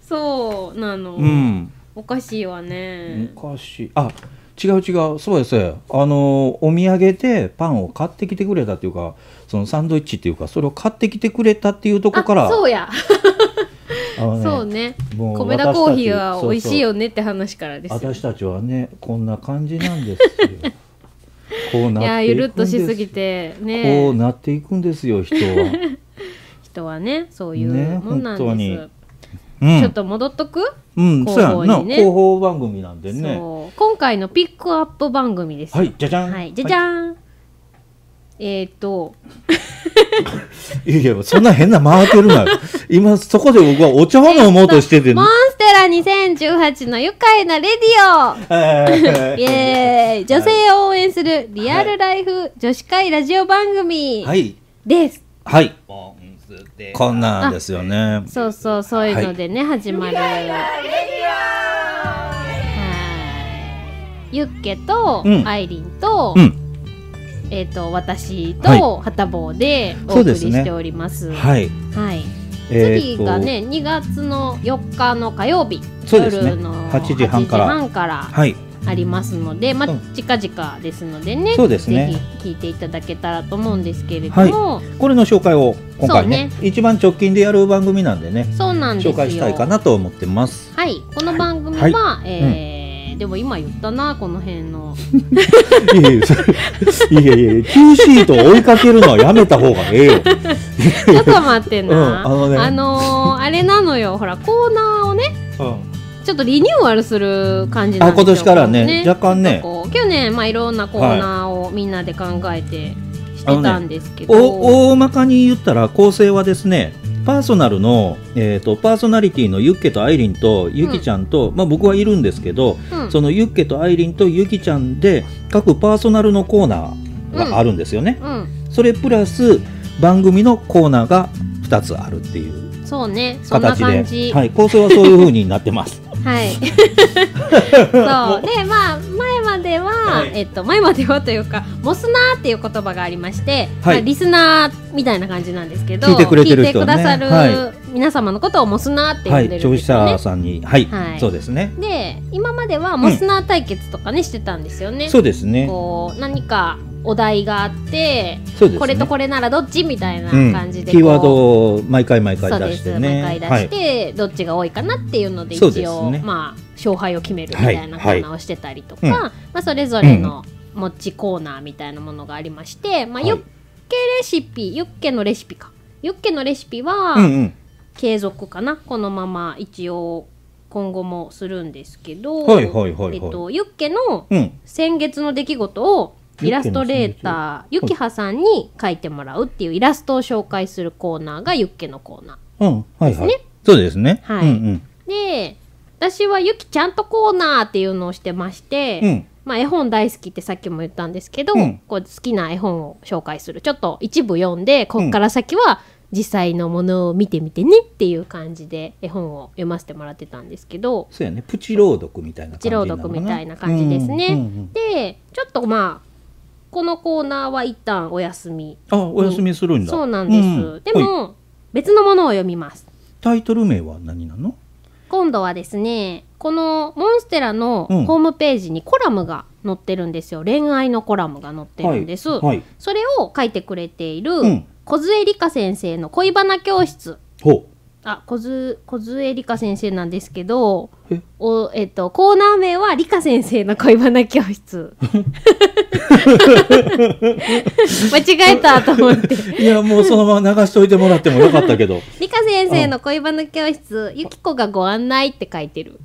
[SPEAKER 1] そうなの、
[SPEAKER 2] うん
[SPEAKER 1] おかしいわね
[SPEAKER 2] 昔あ違う違うそうやそうやあのお土産でパンを買ってきてくれたっていうかそのサンドイッチっていうかそれを買ってきてくれたっていうとこから
[SPEAKER 1] あそうや、
[SPEAKER 2] あの ね
[SPEAKER 1] そうね
[SPEAKER 2] もう
[SPEAKER 1] 米田コーヒーは
[SPEAKER 2] 私たち
[SPEAKER 1] 美味しいよねって話からですよ
[SPEAKER 2] 私たちはねこんな感じなんですよこ う
[SPEAKER 1] い
[SPEAKER 2] な
[SPEAKER 1] や
[SPEAKER 2] ってい
[SPEAKER 1] ゆ
[SPEAKER 2] く
[SPEAKER 1] るっ
[SPEAKER 2] んで
[SPEAKER 1] と
[SPEAKER 2] す
[SPEAKER 1] しすぎて
[SPEAKER 2] こう
[SPEAKER 1] ね
[SPEAKER 2] なっていくんですよ人 は、
[SPEAKER 1] 人はねそういう
[SPEAKER 2] ね
[SPEAKER 1] もんなんです、
[SPEAKER 2] 本当にうん、
[SPEAKER 1] ちょっと戻っとく、
[SPEAKER 2] うん、そうやんな
[SPEAKER 1] 広報にね
[SPEAKER 2] 広報番組なんでね
[SPEAKER 1] そう今回のピックアップ番組です
[SPEAKER 2] はいじゃじゃん
[SPEAKER 1] はいじゃじゃ
[SPEAKER 2] ん、
[SPEAKER 1] ーん、えっ、ー、と
[SPEAKER 2] い、いやいやそんな変な回って るな今そこで僕はお茶を飲もうとしてて
[SPEAKER 1] モンステラ2018の愉快なレディオイエーイ女性を応援するリアルライフ女子会ラジオ番組
[SPEAKER 2] はい
[SPEAKER 1] です、
[SPEAKER 2] はい
[SPEAKER 4] ポンステ
[SPEAKER 2] こんなんですよね
[SPEAKER 1] そうそうそういうのでね、始まるはいユッケと、
[SPEAKER 2] うん
[SPEAKER 1] アイリンと、
[SPEAKER 2] うん
[SPEAKER 1] えっ、と私と、
[SPEAKER 2] は
[SPEAKER 1] はたぼうでお
[SPEAKER 2] そう
[SPEAKER 1] 送
[SPEAKER 2] で
[SPEAKER 1] り
[SPEAKER 2] すね
[SPEAKER 1] しております
[SPEAKER 2] はい
[SPEAKER 1] はい
[SPEAKER 2] えー
[SPEAKER 1] 次がね、2月の4日の火曜日、
[SPEAKER 2] そうですね
[SPEAKER 1] 夜の
[SPEAKER 2] 8時半から
[SPEAKER 1] 8時半から
[SPEAKER 2] はい
[SPEAKER 1] ありますので、まあ
[SPEAKER 2] うん、
[SPEAKER 1] 近々ですのでね、
[SPEAKER 2] そうですね
[SPEAKER 1] ぜひ聞いていただけたらと思うんですけれども、
[SPEAKER 2] これの紹介を今回ね一番直近でやる番組なんでね
[SPEAKER 1] そうなんですよ。
[SPEAKER 2] 紹介したいかなと思ってます
[SPEAKER 1] はい、この番組は、
[SPEAKER 2] はい
[SPEAKER 1] えーでも今言ったな、この辺 の。
[SPEAKER 2] いやいやそれいやいやいや Q シートを追いかけるのはやめた方がええよ
[SPEAKER 1] ちょっと待ってな。
[SPEAKER 2] うんあのね
[SPEAKER 1] のーあれなのよ、ほら、コーナーをね、
[SPEAKER 2] うん
[SPEAKER 1] ちょっとリニューアルする感じなんですよ
[SPEAKER 2] あ今年からね若干ね
[SPEAKER 1] こう去年、まあ、いろんなコーナーをみんなで考えてしてたんですけど、
[SPEAKER 2] お大まかに言ったら構成はですねパーソナルの、えー、とパーソナリティのユッケとアイリンとユキちゃんと、まあ、僕はいるんですけど、
[SPEAKER 1] うん
[SPEAKER 2] そのユッケとアイリンとユキちゃんで各パーソナルのコーナーがあるんですよね、
[SPEAKER 1] うん、
[SPEAKER 2] それプラス番組のコーナーが2つあるっていう
[SPEAKER 1] そうね、そんな
[SPEAKER 2] 形で
[SPEAKER 1] 感じ。
[SPEAKER 2] はい、構成はそういう風になってます
[SPEAKER 1] はい。そうでまあ前までは、
[SPEAKER 2] はい
[SPEAKER 1] えっと前まではというかモスナーっていう言葉がありまして、ま
[SPEAKER 2] はい
[SPEAKER 1] あリスナーみたいな感じなんですけど
[SPEAKER 2] 聞いてくれてる
[SPEAKER 1] 聞いて
[SPEAKER 2] 人
[SPEAKER 1] く
[SPEAKER 2] はね
[SPEAKER 1] ださる、
[SPEAKER 2] は
[SPEAKER 1] 皆様のことをモスナーって呼
[SPEAKER 2] は
[SPEAKER 1] んで
[SPEAKER 2] い、
[SPEAKER 1] るん
[SPEAKER 2] 消費
[SPEAKER 1] ですよね、
[SPEAKER 2] 者さんに、はい、
[SPEAKER 1] はい
[SPEAKER 2] そうですね。
[SPEAKER 1] で今まではモスナー対決とかね、してたんですよね
[SPEAKER 2] そうですね。
[SPEAKER 1] こう何かお題があって、
[SPEAKER 2] そうですね。
[SPEAKER 1] これとこれならどっちみたいな
[SPEAKER 2] うん
[SPEAKER 1] 感じで、
[SPEAKER 2] キ
[SPEAKER 1] こう
[SPEAKER 2] ーワードを毎回毎
[SPEAKER 1] そう
[SPEAKER 2] 回
[SPEAKER 1] で
[SPEAKER 2] 出し
[SPEAKER 1] す
[SPEAKER 2] てね。
[SPEAKER 1] 毎回出して、どっちが多いかなっていうので
[SPEAKER 2] そう
[SPEAKER 1] 一
[SPEAKER 2] です
[SPEAKER 1] 応、
[SPEAKER 2] ね
[SPEAKER 1] まあ勝敗を決めるみたいなコ
[SPEAKER 2] はい
[SPEAKER 1] ーナーをしてたりとか、
[SPEAKER 2] はいうん
[SPEAKER 1] まあそれぞれのもっちコーナーみたいなものがありまして、まあ
[SPEAKER 2] はい
[SPEAKER 1] ユッケレシピユッケのレシピかユッケのレシピは
[SPEAKER 2] はい。うんうん。
[SPEAKER 1] 継続かな、このまま一応今後もするんですけど、
[SPEAKER 2] はいはいはいはい
[SPEAKER 1] えっとユッケの
[SPEAKER 2] うん。
[SPEAKER 1] 先月の出来事をイラストレーターゆ
[SPEAKER 2] ユッケの先月
[SPEAKER 1] きはさんに書いてもらうっていうイラストを紹介するコーナーがユッケのコーナ
[SPEAKER 2] うん。はいはい。
[SPEAKER 1] です
[SPEAKER 2] そうですね。
[SPEAKER 1] はい
[SPEAKER 2] うん
[SPEAKER 1] ーで私はゆきちゃんとコーナーっていうのをしてまして、
[SPEAKER 2] うん。うん。
[SPEAKER 1] まあ、絵本大好きってさっきも言ったんですけど、
[SPEAKER 2] うん
[SPEAKER 1] こう好きな絵本を紹介するちょっと一部読んでこっから先は実際のものを見てみてねっていう感じで絵本を読ませてもらってたんですけど
[SPEAKER 2] そうやね。プチ朗読みたいな感
[SPEAKER 1] 一
[SPEAKER 2] じな
[SPEAKER 1] 朗
[SPEAKER 2] のかな。
[SPEAKER 1] 読みたいな感じですね。
[SPEAKER 2] うんうんうん
[SPEAKER 1] でちょっとまあこのコーナーは一旦お休み
[SPEAKER 2] あ、お休みするんだ。
[SPEAKER 1] そうなんです。
[SPEAKER 2] うん
[SPEAKER 1] で
[SPEAKER 2] はい
[SPEAKER 1] も、別のものを読みます。
[SPEAKER 2] タイトル名は何なの？
[SPEAKER 1] 今度はですね、このモンステラの
[SPEAKER 2] うん
[SPEAKER 1] ホームページにコラムが載ってるんですよ。恋愛のコラムが載ってるんです。
[SPEAKER 2] はい。
[SPEAKER 1] それを書いてくれている、
[SPEAKER 2] うん
[SPEAKER 1] 小杖理香先生の恋バナ教室。
[SPEAKER 2] ほ
[SPEAKER 1] あ、小津小杖理香先生なんですけど
[SPEAKER 2] え、
[SPEAKER 1] おえっとコーナー名は理香先生の恋バナ教 室。間違えたと思って。
[SPEAKER 2] う。いやもうそのまま流しといてもらってもよかった けど。
[SPEAKER 1] 理香先生の恋バナ教室、ゆきこがご案内って書いてる。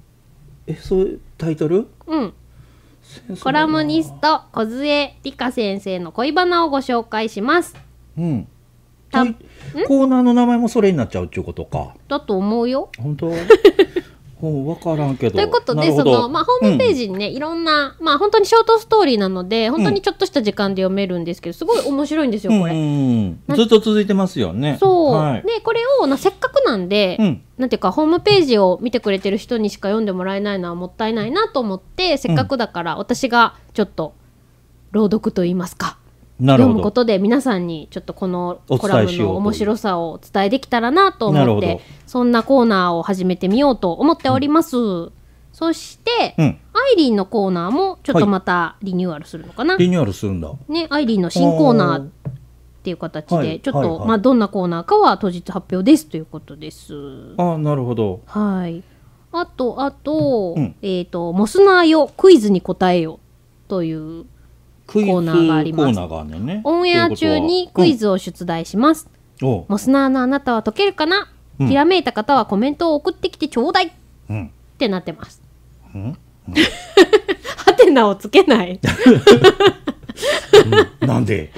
[SPEAKER 2] え、そうタイトル？
[SPEAKER 1] うん。コラムニスト、小杖理香先生の恋バナをご紹介します。
[SPEAKER 2] うん。
[SPEAKER 1] た
[SPEAKER 2] タイコーナーの名前もそれになっちゃうっていうことか。
[SPEAKER 1] だと思うよ。
[SPEAKER 2] 本当ほう分からんけど。
[SPEAKER 1] ということ
[SPEAKER 2] な
[SPEAKER 1] で、
[SPEAKER 2] るほ
[SPEAKER 1] そ
[SPEAKER 2] ど
[SPEAKER 1] の、まあ、ホームペー、ジにね、いろんな、まあ、本当にショートストーリーなので、本当にちょっとした時間で読めるんですけど、すごい面白いんです
[SPEAKER 2] う
[SPEAKER 1] よ、
[SPEAKER 2] ん
[SPEAKER 1] これ。
[SPEAKER 2] うんうんずっと続いてますよね。
[SPEAKER 1] そう、
[SPEAKER 2] はい、
[SPEAKER 1] でこれをなせっかくなんで、
[SPEAKER 2] うん
[SPEAKER 1] なんていうかホームページを見てくれてる人にしか読んでもらえないのはもったいないなと思ってせっかくだから私がちょっと朗読と言いますか
[SPEAKER 2] なる
[SPEAKER 1] 読
[SPEAKER 2] ほ
[SPEAKER 1] むこ
[SPEAKER 2] ど。
[SPEAKER 1] とで皆さんにちょっとこの
[SPEAKER 2] お
[SPEAKER 1] コラ
[SPEAKER 2] 伝え
[SPEAKER 1] ム
[SPEAKER 2] しようという
[SPEAKER 1] の面白さをお伝えできたらなと
[SPEAKER 2] なる
[SPEAKER 1] 思っ
[SPEAKER 2] ほ
[SPEAKER 1] て
[SPEAKER 2] ど
[SPEAKER 1] そんなコーナーを始めてみようと思っております、そして、
[SPEAKER 2] うん。
[SPEAKER 1] アイリーンのコーナーもちょっとまたリニューアルするのかな、
[SPEAKER 2] リニューアルするんだ。
[SPEAKER 1] ね、アイリーンの新コーナーっていう形
[SPEAKER 2] は
[SPEAKER 1] で、
[SPEAKER 2] い
[SPEAKER 1] ちょっと、
[SPEAKER 2] はいはい
[SPEAKER 1] まあ、どんなコーナーかは当日発表ですということです。
[SPEAKER 2] ああ、なるほど。
[SPEAKER 1] はい。あと、あと、
[SPEAKER 2] うん
[SPEAKER 1] えっ、と、モスナーよ、クイズに答えよという、
[SPEAKER 2] クイズ
[SPEAKER 1] コ
[SPEAKER 2] コ
[SPEAKER 1] ー
[SPEAKER 2] ー
[SPEAKER 1] ナ
[SPEAKER 2] ナ
[SPEAKER 1] ーが
[SPEAKER 2] ーが
[SPEAKER 1] あ
[SPEAKER 2] あ
[SPEAKER 1] り
[SPEAKER 2] り
[SPEAKER 1] ます
[SPEAKER 2] ます。ね、
[SPEAKER 1] オンエア中にクイズを出題します。
[SPEAKER 2] ということは。
[SPEAKER 1] モスナーのあなたは解けるかな、
[SPEAKER 2] うん
[SPEAKER 1] ひらめいた方はコメントを送ってきてちょうだいっ
[SPEAKER 2] うん。うん。
[SPEAKER 1] てなってます。
[SPEAKER 2] うん
[SPEAKER 1] ハテナをつけ ない。
[SPEAKER 2] うんな んで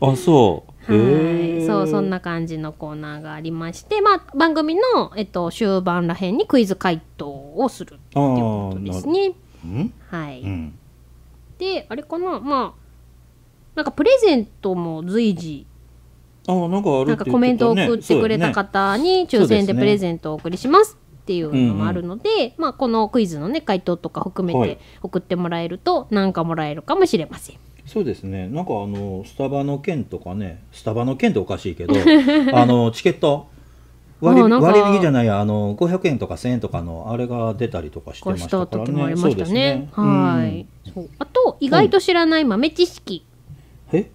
[SPEAKER 2] あ、そう。
[SPEAKER 1] はい、そうそん
[SPEAKER 2] な。
[SPEAKER 1] な感じのコーナーがありまして、まあ、番組の、えっと、終盤らへんにクイズ回答をするっていう
[SPEAKER 2] ああ、
[SPEAKER 1] ことですね。
[SPEAKER 2] うん
[SPEAKER 1] はい、
[SPEAKER 2] うん。
[SPEAKER 1] であれかなまあなんかプレゼントも随時
[SPEAKER 2] ああ、なんかあるって言ってたね
[SPEAKER 1] なんかコメントを送ってくれた方に抽選でプレゼントをお送りしますっていうのもあるので、まあ、このクイズのね回答とか含め
[SPEAKER 2] は
[SPEAKER 1] て
[SPEAKER 2] い
[SPEAKER 1] 送ってもらえるとなんかもらえるかもしれません。
[SPEAKER 2] そうですね、なんかあのスタバの券とかね、スタバの券っておかしいけど、 あのチケット割
[SPEAKER 1] あ
[SPEAKER 2] り
[SPEAKER 1] なんか
[SPEAKER 2] 割引じゃないやあの500円とか1000円とかのあれが出たりとかして
[SPEAKER 1] こう
[SPEAKER 2] ま
[SPEAKER 1] し
[SPEAKER 2] した
[SPEAKER 1] た
[SPEAKER 2] からね。
[SPEAKER 1] 時もありました
[SPEAKER 2] そうです
[SPEAKER 1] ね。はい。そうあと意外と知らない豆知識、
[SPEAKER 2] うんえ、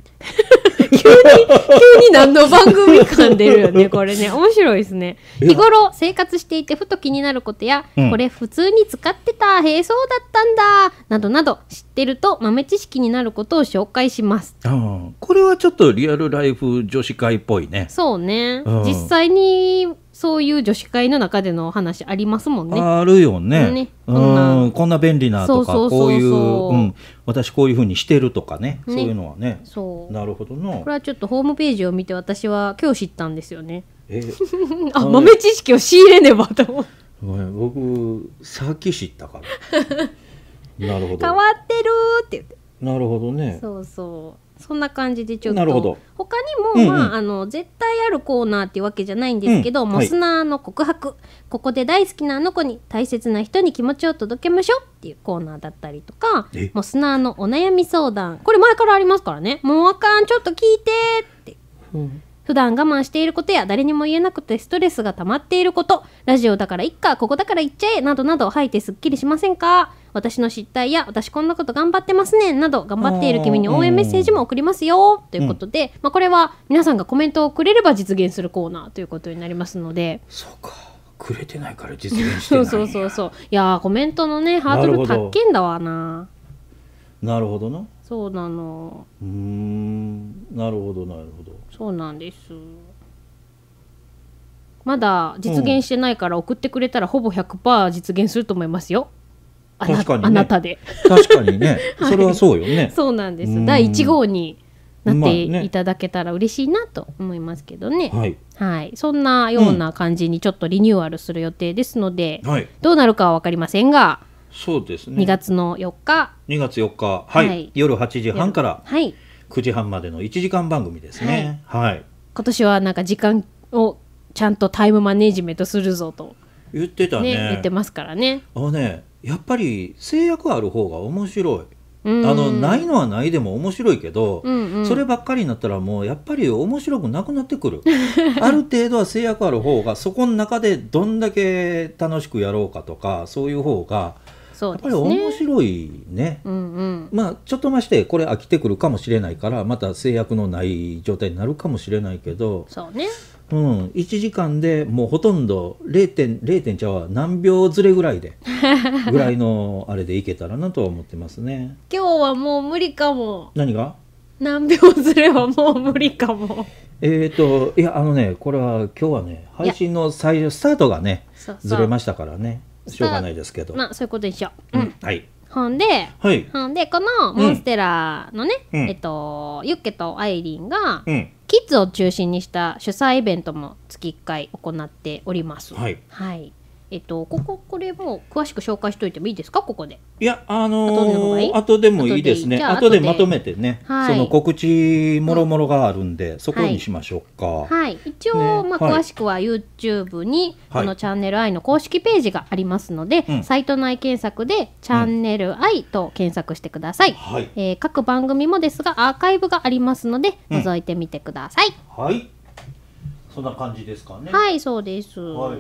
[SPEAKER 1] 急に何の番組感出るよ ねこれね面白いですね
[SPEAKER 2] いや
[SPEAKER 1] 日頃生活していてふと気になることや、
[SPEAKER 2] うん
[SPEAKER 1] これ普通に使ってたへえそうだったんだなどなど知ってると豆知識になることを紹介します
[SPEAKER 2] ああこれはちょっとリアルライフ女子会っぽいね。
[SPEAKER 1] そうね、
[SPEAKER 2] うん
[SPEAKER 1] 実際にそういう女子会の中でのお話ありますもんね
[SPEAKER 2] あるよね
[SPEAKER 1] ね
[SPEAKER 2] う
[SPEAKER 1] こんなん
[SPEAKER 2] こんな便利なとか
[SPEAKER 1] そうそう
[SPEAKER 2] こう
[SPEAKER 1] そう
[SPEAKER 2] い、
[SPEAKER 1] そうう
[SPEAKER 2] うん、私こういうふうにしてるとかねそういうのはね
[SPEAKER 1] そう
[SPEAKER 2] なるほどな
[SPEAKER 1] これはちょっとホームページを見て私は今日知ったんですよね
[SPEAKER 2] え
[SPEAKER 1] あ
[SPEAKER 2] はい
[SPEAKER 1] 豆知識を仕入れねばと思って
[SPEAKER 2] ごめん僕さっき知ったからなるほど
[SPEAKER 1] 変わってるーって言って
[SPEAKER 2] なるほどね
[SPEAKER 1] そうそうそんな感じでちょっと
[SPEAKER 2] なるほど
[SPEAKER 1] 他
[SPEAKER 2] うん
[SPEAKER 1] に
[SPEAKER 2] うん
[SPEAKER 1] も、まあ、あの絶対あるコーナーっていうわけじゃないんですけど、
[SPEAKER 2] うん
[SPEAKER 1] モスナーの告白、ここで大好きなあの子に大切な人に気持ちを届けましょうっていうコーナーだったりとか
[SPEAKER 2] え
[SPEAKER 1] モスナーのお悩み相談これ前からありますからね「もうあかんちょっと聞いて」って
[SPEAKER 3] うん
[SPEAKER 1] 普段我慢していることや誰にも言えなくてストレスが溜まっていることラジオだからいっかここだから行っちゃえなどなど吐いてすっきりしませんか私の失態や私こんなこと頑張ってますねんなど頑張っている君に応援メッセージも送りますよということで、まあ、これは皆さんがコメントをくれれば実現するコーナーということになりますので
[SPEAKER 2] そうかくれてないから実現して
[SPEAKER 1] そ
[SPEAKER 2] ないう
[SPEAKER 1] そうそうそういやーコメントのねハード
[SPEAKER 2] なる
[SPEAKER 1] ル
[SPEAKER 2] ほど
[SPEAKER 1] 高っけんだわな
[SPEAKER 2] なるほどなう
[SPEAKER 1] そうなの
[SPEAKER 2] ーんなるほどなるほど
[SPEAKER 1] そうなんですまだ実現してないから送ってくれたらほぼ100%実現すると思いますよあな
[SPEAKER 2] 確かにね
[SPEAKER 1] あなたで
[SPEAKER 2] 確か にね、それはそうよね
[SPEAKER 1] そうなんで
[SPEAKER 2] う
[SPEAKER 1] す
[SPEAKER 2] ん
[SPEAKER 1] 第1号になっ
[SPEAKER 2] まあ
[SPEAKER 1] て
[SPEAKER 2] ね
[SPEAKER 1] いただけたら嬉しいなと思いますけどね,、
[SPEAKER 2] はい
[SPEAKER 1] はいそんなような感じにちょっとリニューアルする予定ですので、
[SPEAKER 2] はい
[SPEAKER 1] どうなるかは分かりませんが、
[SPEAKER 2] そうですね
[SPEAKER 1] 2月の4日
[SPEAKER 2] 2月4日はい、
[SPEAKER 1] はい
[SPEAKER 2] 夜8時半から
[SPEAKER 1] はい
[SPEAKER 2] 9時半までの1時間番組ですねはい、
[SPEAKER 1] 今年はなんか時間をちゃんとタイムマネジメントするぞと
[SPEAKER 2] 言ってた
[SPEAKER 1] ね
[SPEAKER 2] ね
[SPEAKER 1] 言ってますからね。
[SPEAKER 2] あのねやっぱり制約ある方が面白い
[SPEAKER 1] あ
[SPEAKER 2] あのないのはないでも面白いけど、
[SPEAKER 1] うんうん
[SPEAKER 2] そればっかりになったらもうやっぱり面白くなくなって くるある程度は制約ある方がそこの中でどんだけ楽しくやろうかとかそういう方が
[SPEAKER 1] そ
[SPEAKER 2] や
[SPEAKER 1] う
[SPEAKER 2] っぱ
[SPEAKER 1] で
[SPEAKER 2] り
[SPEAKER 1] す
[SPEAKER 2] 面
[SPEAKER 1] ね。
[SPEAKER 2] 白いね
[SPEAKER 1] うんうん。
[SPEAKER 2] まあちょっとましてこれ飽きてくるかもしれないからまた制約のない状態になるかもしれないけど、
[SPEAKER 1] そうね。
[SPEAKER 2] うん、1時間でもうほとんど 0. 点0点ちゃうわ何秒ずれぐらいでぐらいのあれでいけたらなとは思ってますね。
[SPEAKER 1] 今日はもう無理かも。
[SPEAKER 2] 何が
[SPEAKER 1] 何秒ずれはもう無理かも。
[SPEAKER 2] えっ、といやあのねこれは今日はね配信の最初スタートがね
[SPEAKER 1] そうそう
[SPEAKER 2] ずれましたからねしょうがないですけど、
[SPEAKER 1] まあそういうことでしょう。
[SPEAKER 2] う
[SPEAKER 1] うんん。
[SPEAKER 2] はい
[SPEAKER 1] ほんで、
[SPEAKER 2] はい
[SPEAKER 1] ほんでこのモンステラのね、
[SPEAKER 2] うん
[SPEAKER 1] えっとユッケとアイリンが、
[SPEAKER 2] うん
[SPEAKER 1] キッズを中心にした主催イベントも月1回行っております。
[SPEAKER 2] はい
[SPEAKER 1] はい。えっとこここれもう詳しく紹介しておいてもいいですかここで。
[SPEAKER 2] いや、
[SPEAKER 1] 後
[SPEAKER 2] あ
[SPEAKER 1] での方
[SPEAKER 2] の
[SPEAKER 1] がいい
[SPEAKER 2] ー、後でもいいで
[SPEAKER 1] 後で
[SPEAKER 2] す
[SPEAKER 1] いい
[SPEAKER 2] ね。
[SPEAKER 1] じゃあ
[SPEAKER 2] 後で
[SPEAKER 1] 後で
[SPEAKER 2] まとめてね、
[SPEAKER 1] はい
[SPEAKER 2] その告知もろもろがあるんで、そこにしましょうか。
[SPEAKER 1] はい、一応、
[SPEAKER 2] ね
[SPEAKER 1] まあ、
[SPEAKER 2] はい
[SPEAKER 1] 詳しくは YouTube に、
[SPEAKER 2] は
[SPEAKER 1] こ
[SPEAKER 2] い
[SPEAKER 1] のチャンネル I の公式ページがありますので、
[SPEAKER 2] うん
[SPEAKER 1] サイト内検索で「チャンネル I」と検索してください、
[SPEAKER 2] はい。
[SPEAKER 1] えー各番組もですがアーカイブがありますので
[SPEAKER 2] うん
[SPEAKER 1] 覗いてみてください、
[SPEAKER 2] はい。そんな感じですかね。
[SPEAKER 1] はいそうです、
[SPEAKER 2] はい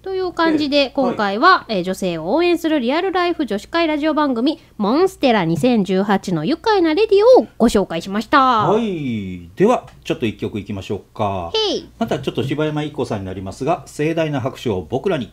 [SPEAKER 1] という感じで今回は、えー女性を応援するリアルライフ女子会ラジオ番組「モンステラ2018の愉快なレディ」をご紹介しました、
[SPEAKER 2] はい。では、ちょっと一曲いきましょうか。
[SPEAKER 1] へい
[SPEAKER 2] またちょっと柴山一子さんになりますが、盛大な拍手を僕らに。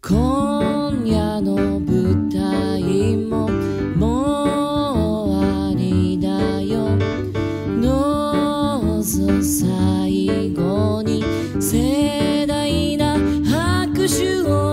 [SPEAKER 3] 今夜の舞台ももう終わりだよどうぞ最後に盛大な拍手を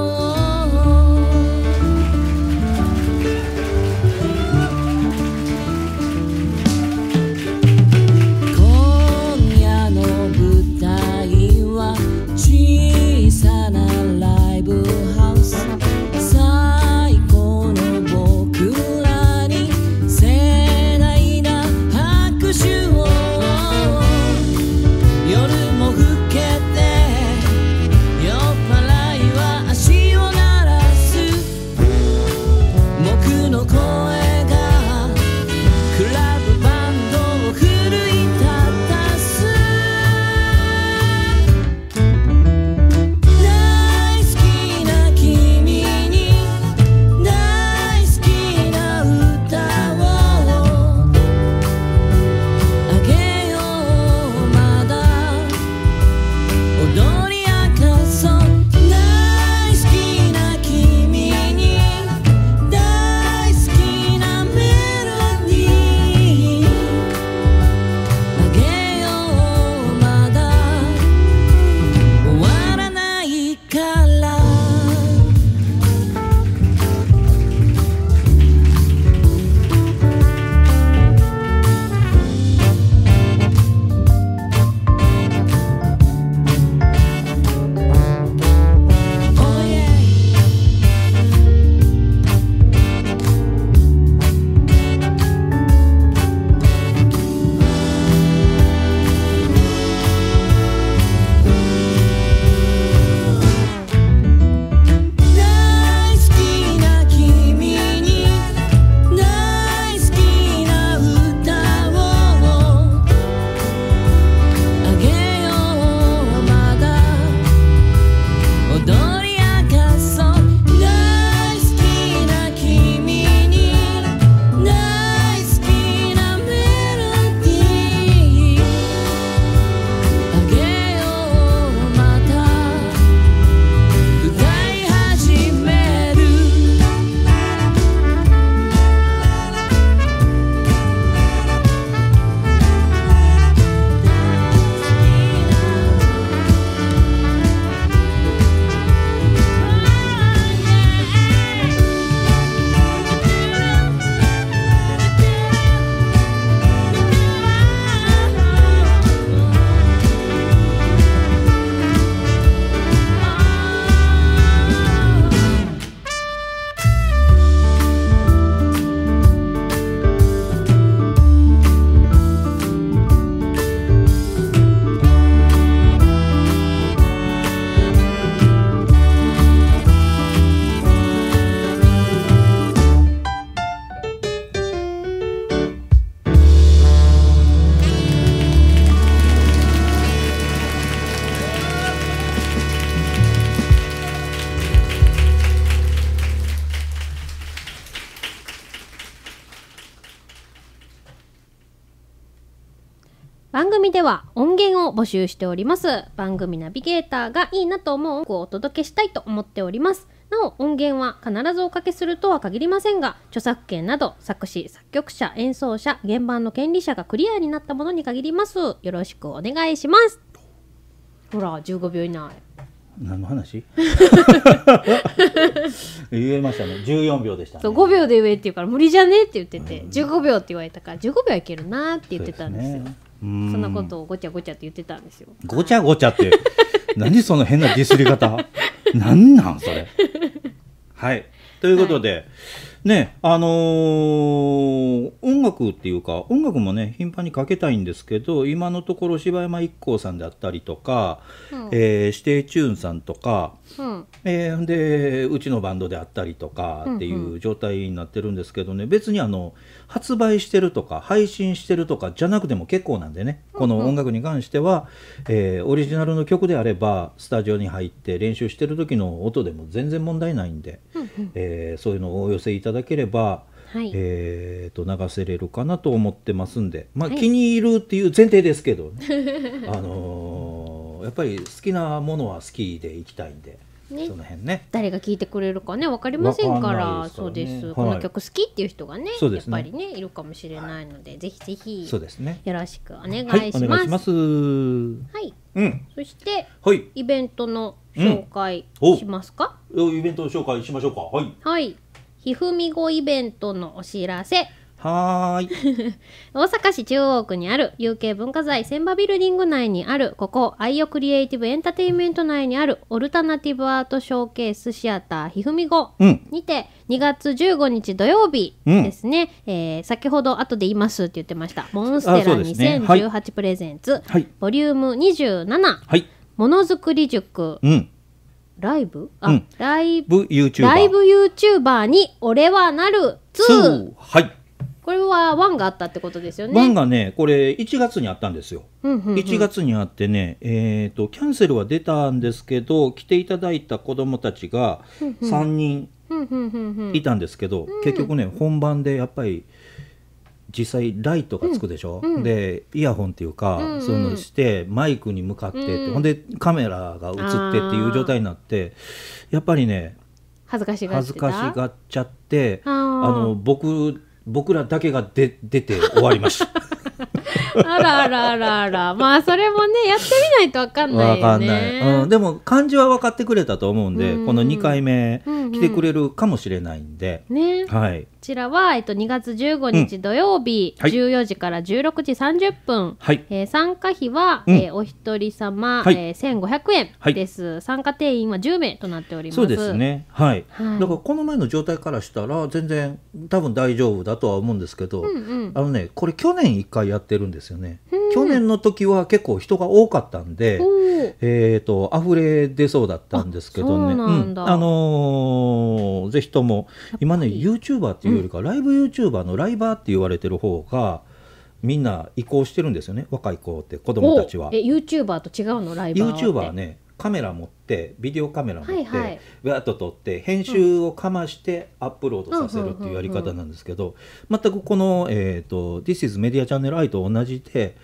[SPEAKER 1] 番組では音源を募集しております。番組ナビゲーターがいいなと思う音楽をお届けしたいと思っております。なお、音源は必ずおかけするとは限りませんが、著作権など作詞、作曲者、演奏者、原版の権利者がクリアになったものに限ります。よろしくお願いします。ほら、15秒以内。
[SPEAKER 2] 何の話 言えましたね14秒でしたね
[SPEAKER 1] そう5秒で言えって言うから無理じゃねって言ってて、15秒って言われたから15秒はいけるなって言ってたんですよ
[SPEAKER 2] そう
[SPEAKER 1] そ
[SPEAKER 2] ねうん
[SPEAKER 1] んなことをごちゃごちゃって言ってたんですよ
[SPEAKER 2] ごちゃごちゃ って何その変なディスり方何なんそれはいということで、ねあのー音楽っていうか音楽もね頻繁にかけたいんですけど今のところ柴山一行さんであったりとか、
[SPEAKER 1] うん
[SPEAKER 2] えー指定チューンさんとか
[SPEAKER 1] うん
[SPEAKER 2] えーでうちのバンドであったりとかっていう状態になってるんですけどね、別にあの発売してるとか配信してるとかじゃなくても結構なんでねこの音楽に関しては、えーオリジナルの曲であればスタジオに入って練習してる時の音でも全然問題ないんで、えーそういうのをお寄せいただければ、
[SPEAKER 1] はい、
[SPEAKER 2] えーと流せれるかなと思ってますんで、まあ、
[SPEAKER 1] はい
[SPEAKER 2] 気に入るっていう前提ですけどね、 あのーやっぱり好きなものは好きでいきたいんで、
[SPEAKER 1] ね
[SPEAKER 2] その辺ね。
[SPEAKER 1] 誰が聞いてくれるかね分かりませんから
[SPEAKER 2] わかんないですか
[SPEAKER 1] そ
[SPEAKER 2] ら
[SPEAKER 1] う
[SPEAKER 2] ね
[SPEAKER 1] です、
[SPEAKER 2] はい
[SPEAKER 1] この曲好きっていう人がね
[SPEAKER 2] そうですね
[SPEAKER 1] やっぱりねいるかもしれないので、ぜひぜひ
[SPEAKER 2] そうですね。
[SPEAKER 1] よろしくお願いし
[SPEAKER 2] はい、お
[SPEAKER 1] ます
[SPEAKER 2] 願いします。うん。
[SPEAKER 1] はいそして
[SPEAKER 2] はい。
[SPEAKER 1] イベントの紹介
[SPEAKER 2] うんお
[SPEAKER 1] しますか、
[SPEAKER 2] イベント紹介しましょうか。はい。
[SPEAKER 1] はい。ひふみごイベントのお知らせ。
[SPEAKER 2] はーい。
[SPEAKER 1] 大阪市中央区にある UK 文化財千葉ビルディング内にあるここ愛よクリエイティブエンタテインメント内にあるオルタナティブアートショーケースシアターひふみご
[SPEAKER 2] うん。
[SPEAKER 1] にて2月15日土曜日
[SPEAKER 2] うん
[SPEAKER 1] ですね、えー先ほど後で言いますって言ってましたモンス
[SPEAKER 2] あ
[SPEAKER 1] テ
[SPEAKER 2] そ
[SPEAKER 1] ラ
[SPEAKER 2] うですねはい
[SPEAKER 1] 2018プレゼンツ、
[SPEAKER 2] はい
[SPEAKER 1] ボリューム27
[SPEAKER 2] はい。
[SPEAKER 1] ものづくり塾
[SPEAKER 2] うん。
[SPEAKER 1] ライブあ、
[SPEAKER 2] うん
[SPEAKER 1] ライブ
[SPEAKER 2] ブ YouTuber。
[SPEAKER 1] ライブ YouTuber に俺はなる2
[SPEAKER 2] 2。はい。
[SPEAKER 1] これはワンがあったってことですよね。
[SPEAKER 2] ワンがね、これ1月にあったんですよ。
[SPEAKER 1] うんうんうん
[SPEAKER 2] 1月にあってね、えー、とキャンセルは出たんですけど来ていただいた子どもたちが3人
[SPEAKER 1] ふんふんふんふん
[SPEAKER 2] いたんですけど、結局ね本番でやっぱり実際ライトがつくでしょ、でイヤホンっていうか、
[SPEAKER 1] ん
[SPEAKER 2] そういうのしてマイクに向かってって、ほんでカメラが映ってっていう状態になってやっぱりね
[SPEAKER 1] 恥ずかしがって
[SPEAKER 2] 恥ず
[SPEAKER 1] た
[SPEAKER 2] かしがっちゃって
[SPEAKER 1] あ
[SPEAKER 2] あ
[SPEAKER 1] ー
[SPEAKER 2] の僕僕らだけが出出て終わりました。
[SPEAKER 1] あらあらあらあらまあそれもねやってみないとわかんない
[SPEAKER 2] わか
[SPEAKER 1] よ
[SPEAKER 2] ん
[SPEAKER 1] ね。
[SPEAKER 2] ない、うん、でも漢字は分かってくれたと思うんで、
[SPEAKER 1] うん
[SPEAKER 2] この2回目
[SPEAKER 1] うんうん
[SPEAKER 2] 来てくれるかもしれないんで、
[SPEAKER 1] ね、こ
[SPEAKER 2] はい
[SPEAKER 1] ちらは、えっと、2月15日土曜日、
[SPEAKER 2] はい
[SPEAKER 1] 14時から16時30分、
[SPEAKER 2] はい
[SPEAKER 1] えー参加費は、
[SPEAKER 2] うん
[SPEAKER 1] えーお一人様、
[SPEAKER 2] はい
[SPEAKER 1] えー、1500
[SPEAKER 2] は
[SPEAKER 1] 円
[SPEAKER 2] い
[SPEAKER 1] です、参加定員は10名となっております。
[SPEAKER 2] そうですねはい、
[SPEAKER 1] はい
[SPEAKER 2] だからこの前の状態からしたら全然多分大丈夫だとは思うんですけど、
[SPEAKER 1] うんうん
[SPEAKER 2] あのねこれ去年1回やってるんですよね、去年の時は結構人が多かったんで、
[SPEAKER 1] おー
[SPEAKER 2] えー、と溢れ出そうだったんですけどね、
[SPEAKER 1] あそうなんだ
[SPEAKER 2] あのーぜひとも、今ね、YouTuber っていうよりか、ライブ YouTuber のライバーって言われてる方が、みんな移行してるんですよね、若い子って、子供たちは
[SPEAKER 1] お。え YouTuber と違うのライブ
[SPEAKER 2] YouTuber はね、カメラ持って、ビデオカメラ持って、
[SPEAKER 1] はいはい
[SPEAKER 2] わーっと撮って、編集をかまして、アップロードさせるっていうやり方なんですけど、全くこの、えー、と This is Media Channel I と同じで、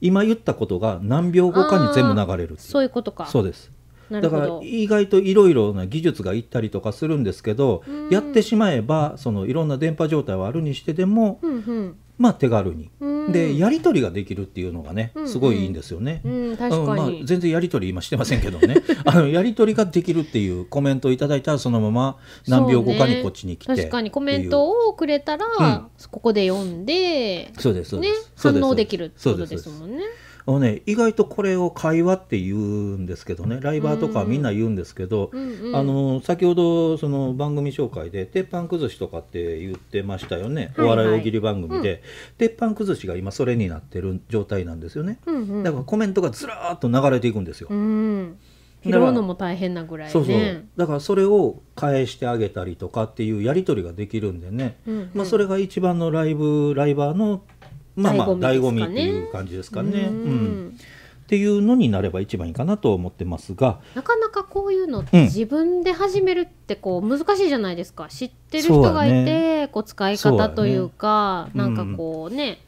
[SPEAKER 2] 今言ったことが何秒後かに全部流れるっていう
[SPEAKER 1] そういうことか
[SPEAKER 2] そうです
[SPEAKER 1] なる
[SPEAKER 2] だ
[SPEAKER 1] ほ
[SPEAKER 2] か
[SPEAKER 1] ど
[SPEAKER 2] ら意外といろいろな技術がいったりとかするんですけど、やってしまえばそのいろんな電波状態はあるにしてでも、
[SPEAKER 1] うんうん
[SPEAKER 2] まあ手軽に、
[SPEAKER 1] うん
[SPEAKER 2] でやり取りができるっていうのがね、
[SPEAKER 1] うん
[SPEAKER 2] すごいいいんですよね。
[SPEAKER 1] うん確かに
[SPEAKER 2] あのまあ、全然やり取り今してませんけどね あのやり取りができるっていうコメントをいただいたらそのまま何秒後かにこっちに来て
[SPEAKER 1] そうね確かにコメントをくれたら、ここで読んで
[SPEAKER 2] そうですそうで
[SPEAKER 1] ね
[SPEAKER 2] す、そう
[SPEAKER 1] 反
[SPEAKER 2] す
[SPEAKER 1] 応できるって
[SPEAKER 2] そ
[SPEAKER 1] こ
[SPEAKER 2] う
[SPEAKER 1] と
[SPEAKER 2] です
[SPEAKER 1] ですもんね
[SPEAKER 2] あのね、意外とこれを会話って言うんですけどねライバーとかはみんな言うんですけど、
[SPEAKER 1] んうん
[SPEAKER 2] あの先ほどその番組紹介で「鉄板崩し」とかって言ってましたよね、
[SPEAKER 1] はいはい
[SPEAKER 2] お笑い大喜利番組で、鉄板崩しが今それになってる状態なんですよね、
[SPEAKER 1] うんうん
[SPEAKER 2] だからコメントがずらーっと流れていくんですよ、
[SPEAKER 1] うん拾
[SPEAKER 2] だから
[SPEAKER 1] うのも大変なぐらいね
[SPEAKER 2] そうそうだからそれを返してあげたりとかっていうやり取りができるんでね、
[SPEAKER 1] うんうん
[SPEAKER 2] まあ、それが一番のライブライバーのまあまあ
[SPEAKER 1] 醍
[SPEAKER 2] 醍
[SPEAKER 1] 醐
[SPEAKER 2] 醐
[SPEAKER 1] 味
[SPEAKER 2] 味
[SPEAKER 1] ですかね
[SPEAKER 2] っていう感じで
[SPEAKER 1] うん
[SPEAKER 2] すかね。うんっていうのになれば一番いいかなと思ってますが
[SPEAKER 1] なかなかこういうのっ
[SPEAKER 2] う
[SPEAKER 1] て
[SPEAKER 2] ん
[SPEAKER 1] 自分で始めるってこう難しいじゃないですか、知ってる
[SPEAKER 2] そう
[SPEAKER 1] 人
[SPEAKER 2] だ
[SPEAKER 1] がいて、
[SPEAKER 2] ね
[SPEAKER 1] こう使い方というか
[SPEAKER 2] そうだね
[SPEAKER 1] なんかこうね、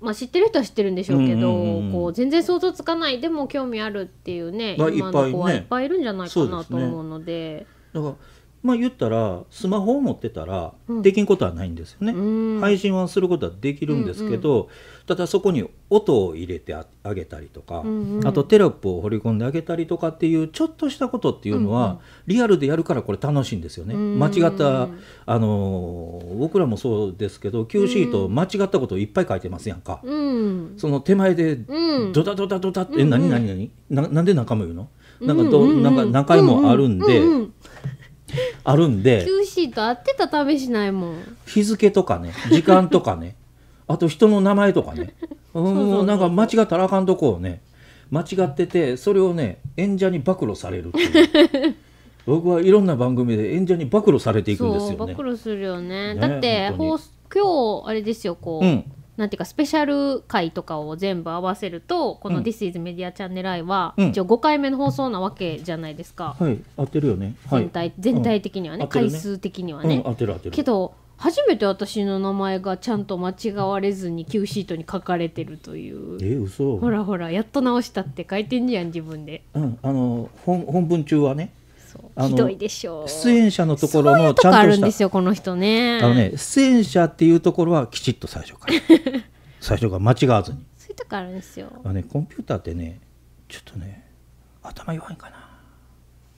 [SPEAKER 1] まあ、知ってる人は知ってるんでしょうけど、
[SPEAKER 2] うんうんうん
[SPEAKER 1] こう全然想像つかないでも興味あるっていうね
[SPEAKER 2] が
[SPEAKER 1] 今の子はい
[SPEAKER 2] っぱいね
[SPEAKER 1] いっぱいいるんじゃないかなと
[SPEAKER 2] そうですね
[SPEAKER 1] 思うので
[SPEAKER 2] だからまあ言ったらスマホを持ってたら
[SPEAKER 1] うん
[SPEAKER 2] できんことはないんですよね、
[SPEAKER 1] うん
[SPEAKER 2] 配信はすることはできるんですけど、ただそこに音を入れてああげたりとか、
[SPEAKER 1] うんうん
[SPEAKER 2] あとテロップを掘り込んであげたりとかっていうちょっとしたことっていうのは、
[SPEAKER 1] うんうん
[SPEAKER 2] リアルでやるからこれ楽しいんですよね、
[SPEAKER 1] うん
[SPEAKER 2] 間違ったあのー僕らもそうですけど Q シート間違ったことをいっぱい書いてますやんか、
[SPEAKER 1] うん
[SPEAKER 2] その手前で
[SPEAKER 1] うん
[SPEAKER 2] ドタドタドタっ
[SPEAKER 1] う
[SPEAKER 2] て、
[SPEAKER 1] んうん
[SPEAKER 2] 何何何ななんで仲間言うのなんかど、
[SPEAKER 1] ううう
[SPEAKER 2] なんか何回もあるんで、
[SPEAKER 1] ううんうん
[SPEAKER 2] あるんで
[SPEAKER 1] キューシーと合ってたら試しないもん
[SPEAKER 2] 日付とか ね時間とかねあと人の名前とかねうんなんか間違ったらあかんとこをね間違っててそれをね演者に暴露されるっていう 僕はいろんな番組で演者に暴露されていくんです
[SPEAKER 1] そう
[SPEAKER 2] よね
[SPEAKER 1] 暴。露するよね
[SPEAKER 2] ね
[SPEAKER 1] だって
[SPEAKER 2] 本当に
[SPEAKER 1] 放送今日あれですよこう、
[SPEAKER 2] うん
[SPEAKER 1] なんていうかスペシャル回とかを全部合わせるとこ
[SPEAKER 2] う
[SPEAKER 1] の「
[SPEAKER 2] ん
[SPEAKER 1] This is Media Channel I」は
[SPEAKER 2] うん
[SPEAKER 1] 一応5回目の放送なわけじゃないですか、
[SPEAKER 2] はい合ってるよね。はい、
[SPEAKER 1] 全体全体的にはね、
[SPEAKER 2] うん合ってる
[SPEAKER 1] 回
[SPEAKER 2] ね
[SPEAKER 1] 数的には
[SPEAKER 2] うん
[SPEAKER 1] ね、
[SPEAKER 2] 合ってる合ってる。
[SPEAKER 1] けど初めて私の名前がちゃんと間違われずに Q シートに書かれてるという
[SPEAKER 2] え嘘。
[SPEAKER 1] ほらほらやっと直したって書いてんじゃん自分で
[SPEAKER 2] うんあの本本文中はね
[SPEAKER 1] そう
[SPEAKER 2] あの
[SPEAKER 1] ひどいでしょう
[SPEAKER 2] 出演者のところ
[SPEAKER 1] そうい
[SPEAKER 2] の
[SPEAKER 1] うと
[SPEAKER 2] ち
[SPEAKER 1] こ
[SPEAKER 2] ゃ
[SPEAKER 1] あ
[SPEAKER 2] んと
[SPEAKER 1] る
[SPEAKER 2] し
[SPEAKER 1] ん
[SPEAKER 2] た
[SPEAKER 1] ですよこの人ね
[SPEAKER 2] あのね出演者っていうところはきちっと最 初から最初から間違わずに。
[SPEAKER 1] そういうとこあるんですよ
[SPEAKER 2] あのね、コンピューターってねちょっとね頭弱いんかな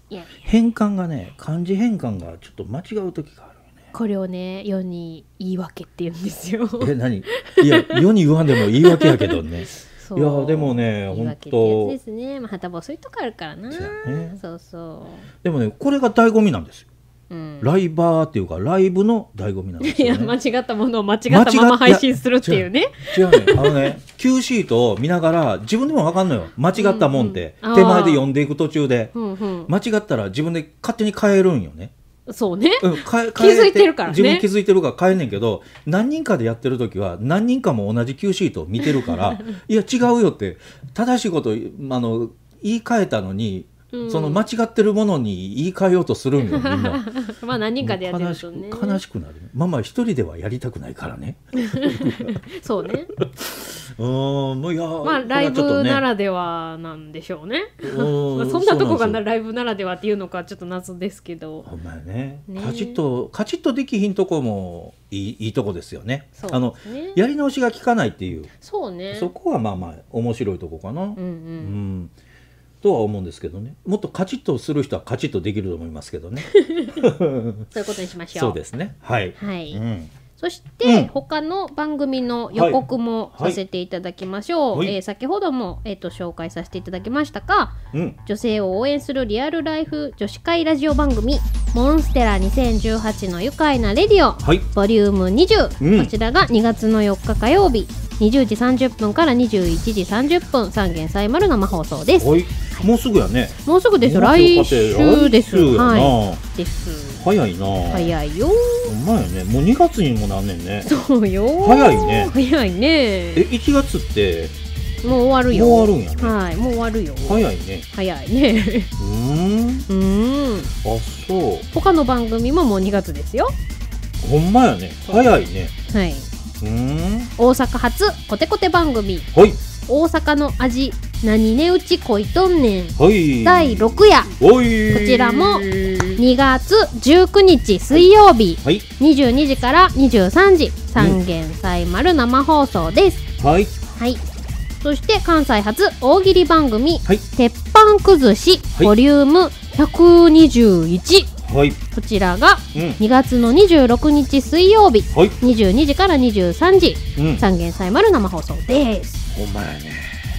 [SPEAKER 2] い
[SPEAKER 1] やいや
[SPEAKER 2] 変換がね漢字変換がちょっと間違う時があるよね
[SPEAKER 1] これをね世に言い訳って言うんですよ。
[SPEAKER 2] え何いや世に言わんでも言い訳やけどね
[SPEAKER 1] そう
[SPEAKER 2] いやでもね
[SPEAKER 1] 言い訳っ
[SPEAKER 2] ほんと
[SPEAKER 1] てやつですね。まあはたぼそういうとこあるからな。
[SPEAKER 2] そうやね
[SPEAKER 1] そうそ
[SPEAKER 2] でもねこれが醍醐味なんですよ
[SPEAKER 1] う。うん。
[SPEAKER 2] ライバーっていうかライブの醍醐味なんです
[SPEAKER 1] い
[SPEAKER 2] よ、
[SPEAKER 1] や
[SPEAKER 2] ね、
[SPEAKER 1] 間違ったものを間違ったまま配信するっていうね。
[SPEAKER 2] 違うねあのね Q シートを見ながら自分でも分かんのよ間違ったもんって、
[SPEAKER 1] うんうんあー
[SPEAKER 2] 手前で読んでいく途中で
[SPEAKER 1] うんうん。
[SPEAKER 2] 間違ったら自分で勝手に変えるんよね
[SPEAKER 1] そうね。
[SPEAKER 2] うん、変え
[SPEAKER 1] 気づ
[SPEAKER 2] 変え
[SPEAKER 1] いてるからね
[SPEAKER 2] 自分気づいてるから変えんねんけど何人かでやってる時は何人かも同じ Q シートを見てるから いや違うよって正しいことあの言い換えたのに、
[SPEAKER 1] うん
[SPEAKER 2] その間違ってるものに言い換えようと するんよみんな
[SPEAKER 1] まあ何人かでやって
[SPEAKER 2] 悲
[SPEAKER 1] る
[SPEAKER 2] し
[SPEAKER 1] と
[SPEAKER 2] く
[SPEAKER 1] ね。
[SPEAKER 2] 悲しくなるまあまあ一人ではやりたくないからね
[SPEAKER 1] そうね。
[SPEAKER 2] うーんもういや
[SPEAKER 1] まあライ
[SPEAKER 2] これはちょっと
[SPEAKER 1] ブ
[SPEAKER 2] ね
[SPEAKER 1] ならではなんでしょうね。
[SPEAKER 2] う
[SPEAKER 1] ま
[SPEAKER 2] ー
[SPEAKER 1] あ
[SPEAKER 2] ん
[SPEAKER 1] そんなとこが
[SPEAKER 2] そう
[SPEAKER 1] なん
[SPEAKER 2] で
[SPEAKER 1] ラ
[SPEAKER 2] すよ
[SPEAKER 1] イブならではっていうのかちょっと謎ですけど。
[SPEAKER 2] ほんまやね
[SPEAKER 1] ね
[SPEAKER 2] カチッとカチッとできひんとこもいいいいとこですよね
[SPEAKER 1] そう
[SPEAKER 2] あの
[SPEAKER 1] ですね。
[SPEAKER 2] やり直しが効かないっていう
[SPEAKER 1] そうね。
[SPEAKER 2] そこはまあまあ面白いとこかな、う
[SPEAKER 1] うん
[SPEAKER 2] ん
[SPEAKER 1] うん。
[SPEAKER 2] とは思うんですけどねもっとカチッとする人はカチッとできると思いますけ どね
[SPEAKER 1] そういうことにしましょう。
[SPEAKER 2] そうですねはい、
[SPEAKER 1] はい。
[SPEAKER 2] うん、
[SPEAKER 1] そして、
[SPEAKER 2] うん
[SPEAKER 1] 他の番組の予告も
[SPEAKER 2] はいは
[SPEAKER 1] さ
[SPEAKER 2] い
[SPEAKER 1] せていただきましょう、
[SPEAKER 2] はい
[SPEAKER 1] えー先ほども、えー、と紹介させていただきましたが
[SPEAKER 2] うん、
[SPEAKER 1] 女性を応援するリアルライフ女子会ラジオ番組「モンステラ2018の愉快なレディオ」
[SPEAKER 2] はい
[SPEAKER 1] ボリューム20、
[SPEAKER 2] うん
[SPEAKER 1] こちらが2月の4日火曜日20時30分から21時30分三元サイマル生放送です
[SPEAKER 2] おいもうすぐやね
[SPEAKER 1] もうすぐです
[SPEAKER 2] もうすぐ
[SPEAKER 1] 来
[SPEAKER 2] かて
[SPEAKER 1] 週です
[SPEAKER 2] 来週やな、
[SPEAKER 1] はいです
[SPEAKER 2] 早いな早
[SPEAKER 1] 早いよ
[SPEAKER 2] ほんまやねもう2月にもなんねんね
[SPEAKER 1] そうよ
[SPEAKER 2] 早いね
[SPEAKER 1] 早いね
[SPEAKER 2] え1月って
[SPEAKER 1] もう終わるよ。
[SPEAKER 2] もう終わるんやね
[SPEAKER 1] はい、もう終わるよ。
[SPEAKER 2] 早いね
[SPEAKER 1] 早い ね。
[SPEAKER 2] うーん
[SPEAKER 1] うーん。
[SPEAKER 2] あそ
[SPEAKER 1] 他の番組ももう2月ですよ。
[SPEAKER 2] うほんまやね早いね
[SPEAKER 1] はい。
[SPEAKER 2] うーん
[SPEAKER 1] 大阪発コテコテ番組
[SPEAKER 2] はい
[SPEAKER 1] 大阪の味何値打ち恋とんねん
[SPEAKER 2] はい
[SPEAKER 1] 第6夜
[SPEAKER 2] おい
[SPEAKER 1] こちらも
[SPEAKER 3] Oh.
[SPEAKER 2] は
[SPEAKER 1] 2月19日水曜日
[SPEAKER 2] い
[SPEAKER 1] 22時から23時三元祭丸生放送です。
[SPEAKER 2] はい
[SPEAKER 1] はい。そして関西発大喜利番組
[SPEAKER 2] はい
[SPEAKER 1] 鉄板崩し
[SPEAKER 2] はい
[SPEAKER 1] ボリューム121。
[SPEAKER 2] はい
[SPEAKER 1] こちらが
[SPEAKER 2] うん
[SPEAKER 1] 2月の26日水曜日
[SPEAKER 2] はい
[SPEAKER 1] 22時から23時
[SPEAKER 2] うん
[SPEAKER 1] 三元祭丸生放送です
[SPEAKER 2] ほんまやね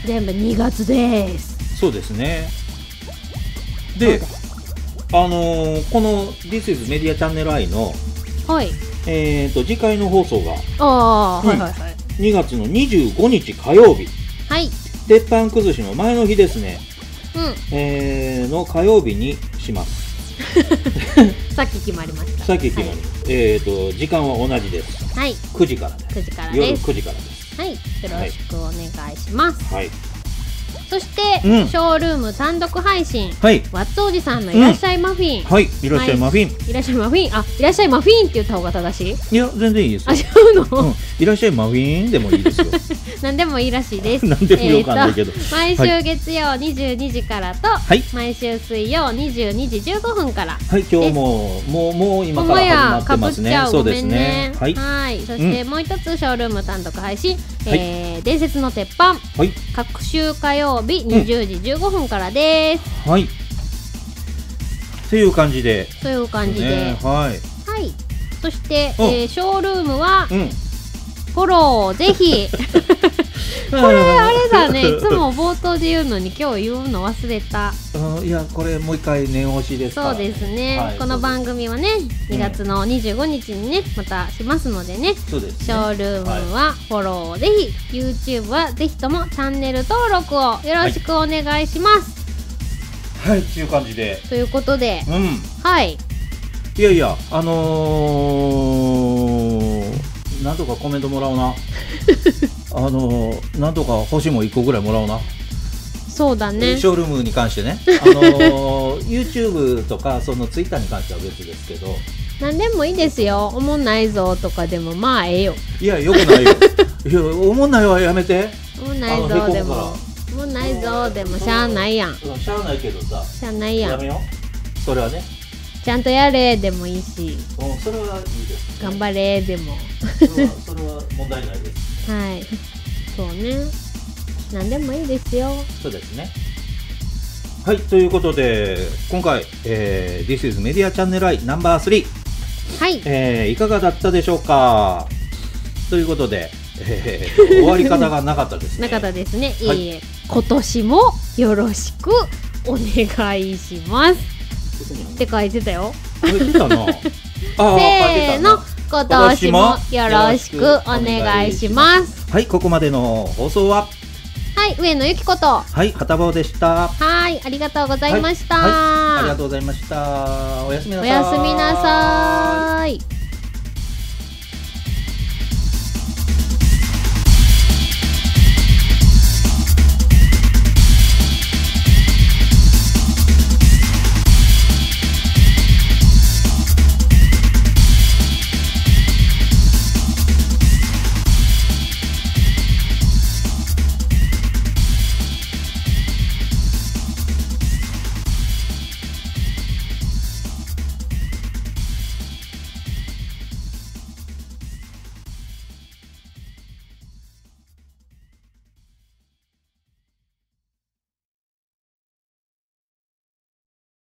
[SPEAKER 1] 全部2月です
[SPEAKER 2] そうですねであのーこの「This is Media Channel I の」
[SPEAKER 1] はい
[SPEAKER 2] えー、と次回の放送が
[SPEAKER 1] ああ、
[SPEAKER 2] うん
[SPEAKER 1] はいはいはい
[SPEAKER 2] 2月の25日火曜日
[SPEAKER 1] はい
[SPEAKER 2] 鉄板崩しの前の日ですね、
[SPEAKER 1] う
[SPEAKER 2] えー、の火曜日にします
[SPEAKER 1] んさっき決まりました
[SPEAKER 2] さっき決まり、えー、と時間は同じです
[SPEAKER 1] はい、はい、
[SPEAKER 2] 9時からで
[SPEAKER 1] 9時
[SPEAKER 2] す
[SPEAKER 1] から
[SPEAKER 2] 夜
[SPEAKER 1] です
[SPEAKER 2] 9時からです
[SPEAKER 1] はいよろしくお願いします
[SPEAKER 2] はい
[SPEAKER 1] そして、
[SPEAKER 2] うん
[SPEAKER 1] ショールーム単独配信、
[SPEAKER 2] はい
[SPEAKER 1] ワッツおじさんのいらっしゃいマフィン、
[SPEAKER 2] はいいらっしゃいマフィン、
[SPEAKER 1] い、らっしゃいマフィンあいらっしゃいマフィンって言った方が正しい
[SPEAKER 2] い、や全然いいです
[SPEAKER 1] あ
[SPEAKER 2] よ
[SPEAKER 1] 違うの、
[SPEAKER 2] うん、いらっしゃいマフィンでもいいですよ
[SPEAKER 1] 何でもいいらしいです。
[SPEAKER 2] 何でもよくわかんないけど
[SPEAKER 1] えーと毎
[SPEAKER 2] は
[SPEAKER 1] 週月曜22時からと、
[SPEAKER 2] い
[SPEAKER 1] 毎週水曜22時15分から。
[SPEAKER 2] はい今日ももうもう今か
[SPEAKER 1] も
[SPEAKER 2] ら始ま
[SPEAKER 1] や
[SPEAKER 2] っ
[SPEAKER 1] か
[SPEAKER 2] て
[SPEAKER 1] ぶ
[SPEAKER 2] ま
[SPEAKER 1] っ
[SPEAKER 2] す
[SPEAKER 1] ち
[SPEAKER 2] ね
[SPEAKER 1] ゃう
[SPEAKER 2] そ
[SPEAKER 1] ご
[SPEAKER 2] うで
[SPEAKER 1] め
[SPEAKER 2] す
[SPEAKER 1] んね
[SPEAKER 2] ね。は
[SPEAKER 1] はいい。そしてもう一つショールーム単独配信、
[SPEAKER 2] はい
[SPEAKER 1] えー伝説の鉄板
[SPEAKER 2] はい
[SPEAKER 1] 各週火曜日20時15分からです。
[SPEAKER 2] はいっていう感じで
[SPEAKER 1] という感じで、
[SPEAKER 2] ねはい
[SPEAKER 1] はい。そして、
[SPEAKER 2] うん
[SPEAKER 1] えーショールームは
[SPEAKER 2] うん
[SPEAKER 1] フォローをぜ ひ。
[SPEAKER 2] こ
[SPEAKER 1] これあれだね。いつも冒頭で言うのに今日言うの忘れた。
[SPEAKER 2] いやこれもう一回念押しですか
[SPEAKER 1] そ
[SPEAKER 2] ら
[SPEAKER 1] うですね、
[SPEAKER 2] はい
[SPEAKER 1] この番組はね
[SPEAKER 2] うん
[SPEAKER 1] 2月の25日にねまたしますのでね
[SPEAKER 2] そうです
[SPEAKER 1] ショールームはフォローをぜひ YouTube はぜひともチャンネル登録をよろしくお願いします、
[SPEAKER 2] はいっていう感じで
[SPEAKER 1] ということで
[SPEAKER 2] うん
[SPEAKER 1] はい
[SPEAKER 2] いやいや、あのー、なんとかコメントも らおうな。あのー、なんとか星も1個ぐらいもらおうな。
[SPEAKER 1] そうだね
[SPEAKER 2] ショールームに関してね。あのー、YouTube とか、その Twitter に関しては別ですけど、
[SPEAKER 1] 何でもいいですよおもんないぞとかでもまあええよ
[SPEAKER 2] いや、よく ないよ。いや、おもんないはやめて。
[SPEAKER 1] おもんない
[SPEAKER 2] あ
[SPEAKER 1] ぞ
[SPEAKER 2] の
[SPEAKER 1] でも
[SPEAKER 2] へこ
[SPEAKER 1] おもんないぞでもしゃあないやん
[SPEAKER 2] うんしゃあないけどさ、
[SPEAKER 1] しゃあないや
[SPEAKER 2] や
[SPEAKER 1] ん
[SPEAKER 2] めよう。それはね。
[SPEAKER 1] ちゃんとやれでもいいし
[SPEAKER 2] うん、それはいいです。
[SPEAKER 1] 頑張れでも
[SPEAKER 2] それはそれは問題ないです。
[SPEAKER 1] はい。そうね。何でもいいですよ。
[SPEAKER 2] そうですね。はい、ということで、今回、えー、This is Media Channel I No.3
[SPEAKER 1] はい。
[SPEAKER 2] えーいかがだったでしょうかということで、え ー終わり方がなかったですね。
[SPEAKER 1] なかったですね。い
[SPEAKER 2] はい
[SPEAKER 1] えいえ。今年もよろしくお願いします。って書いてたよ。
[SPEAKER 2] あれ来た な。あー
[SPEAKER 1] せーの。。今年も
[SPEAKER 2] 今
[SPEAKER 1] よ
[SPEAKER 2] 年も
[SPEAKER 1] ろしくお願いします。
[SPEAKER 2] はい、ここまでの放送は、
[SPEAKER 1] はい。上野由紀子と。は
[SPEAKER 2] はい、はたぼうでした。あ
[SPEAKER 1] い。ありがとうございました。
[SPEAKER 2] はい。ありがとうございました。おやすみな
[SPEAKER 1] お
[SPEAKER 2] さーい。
[SPEAKER 1] やすみなさーい。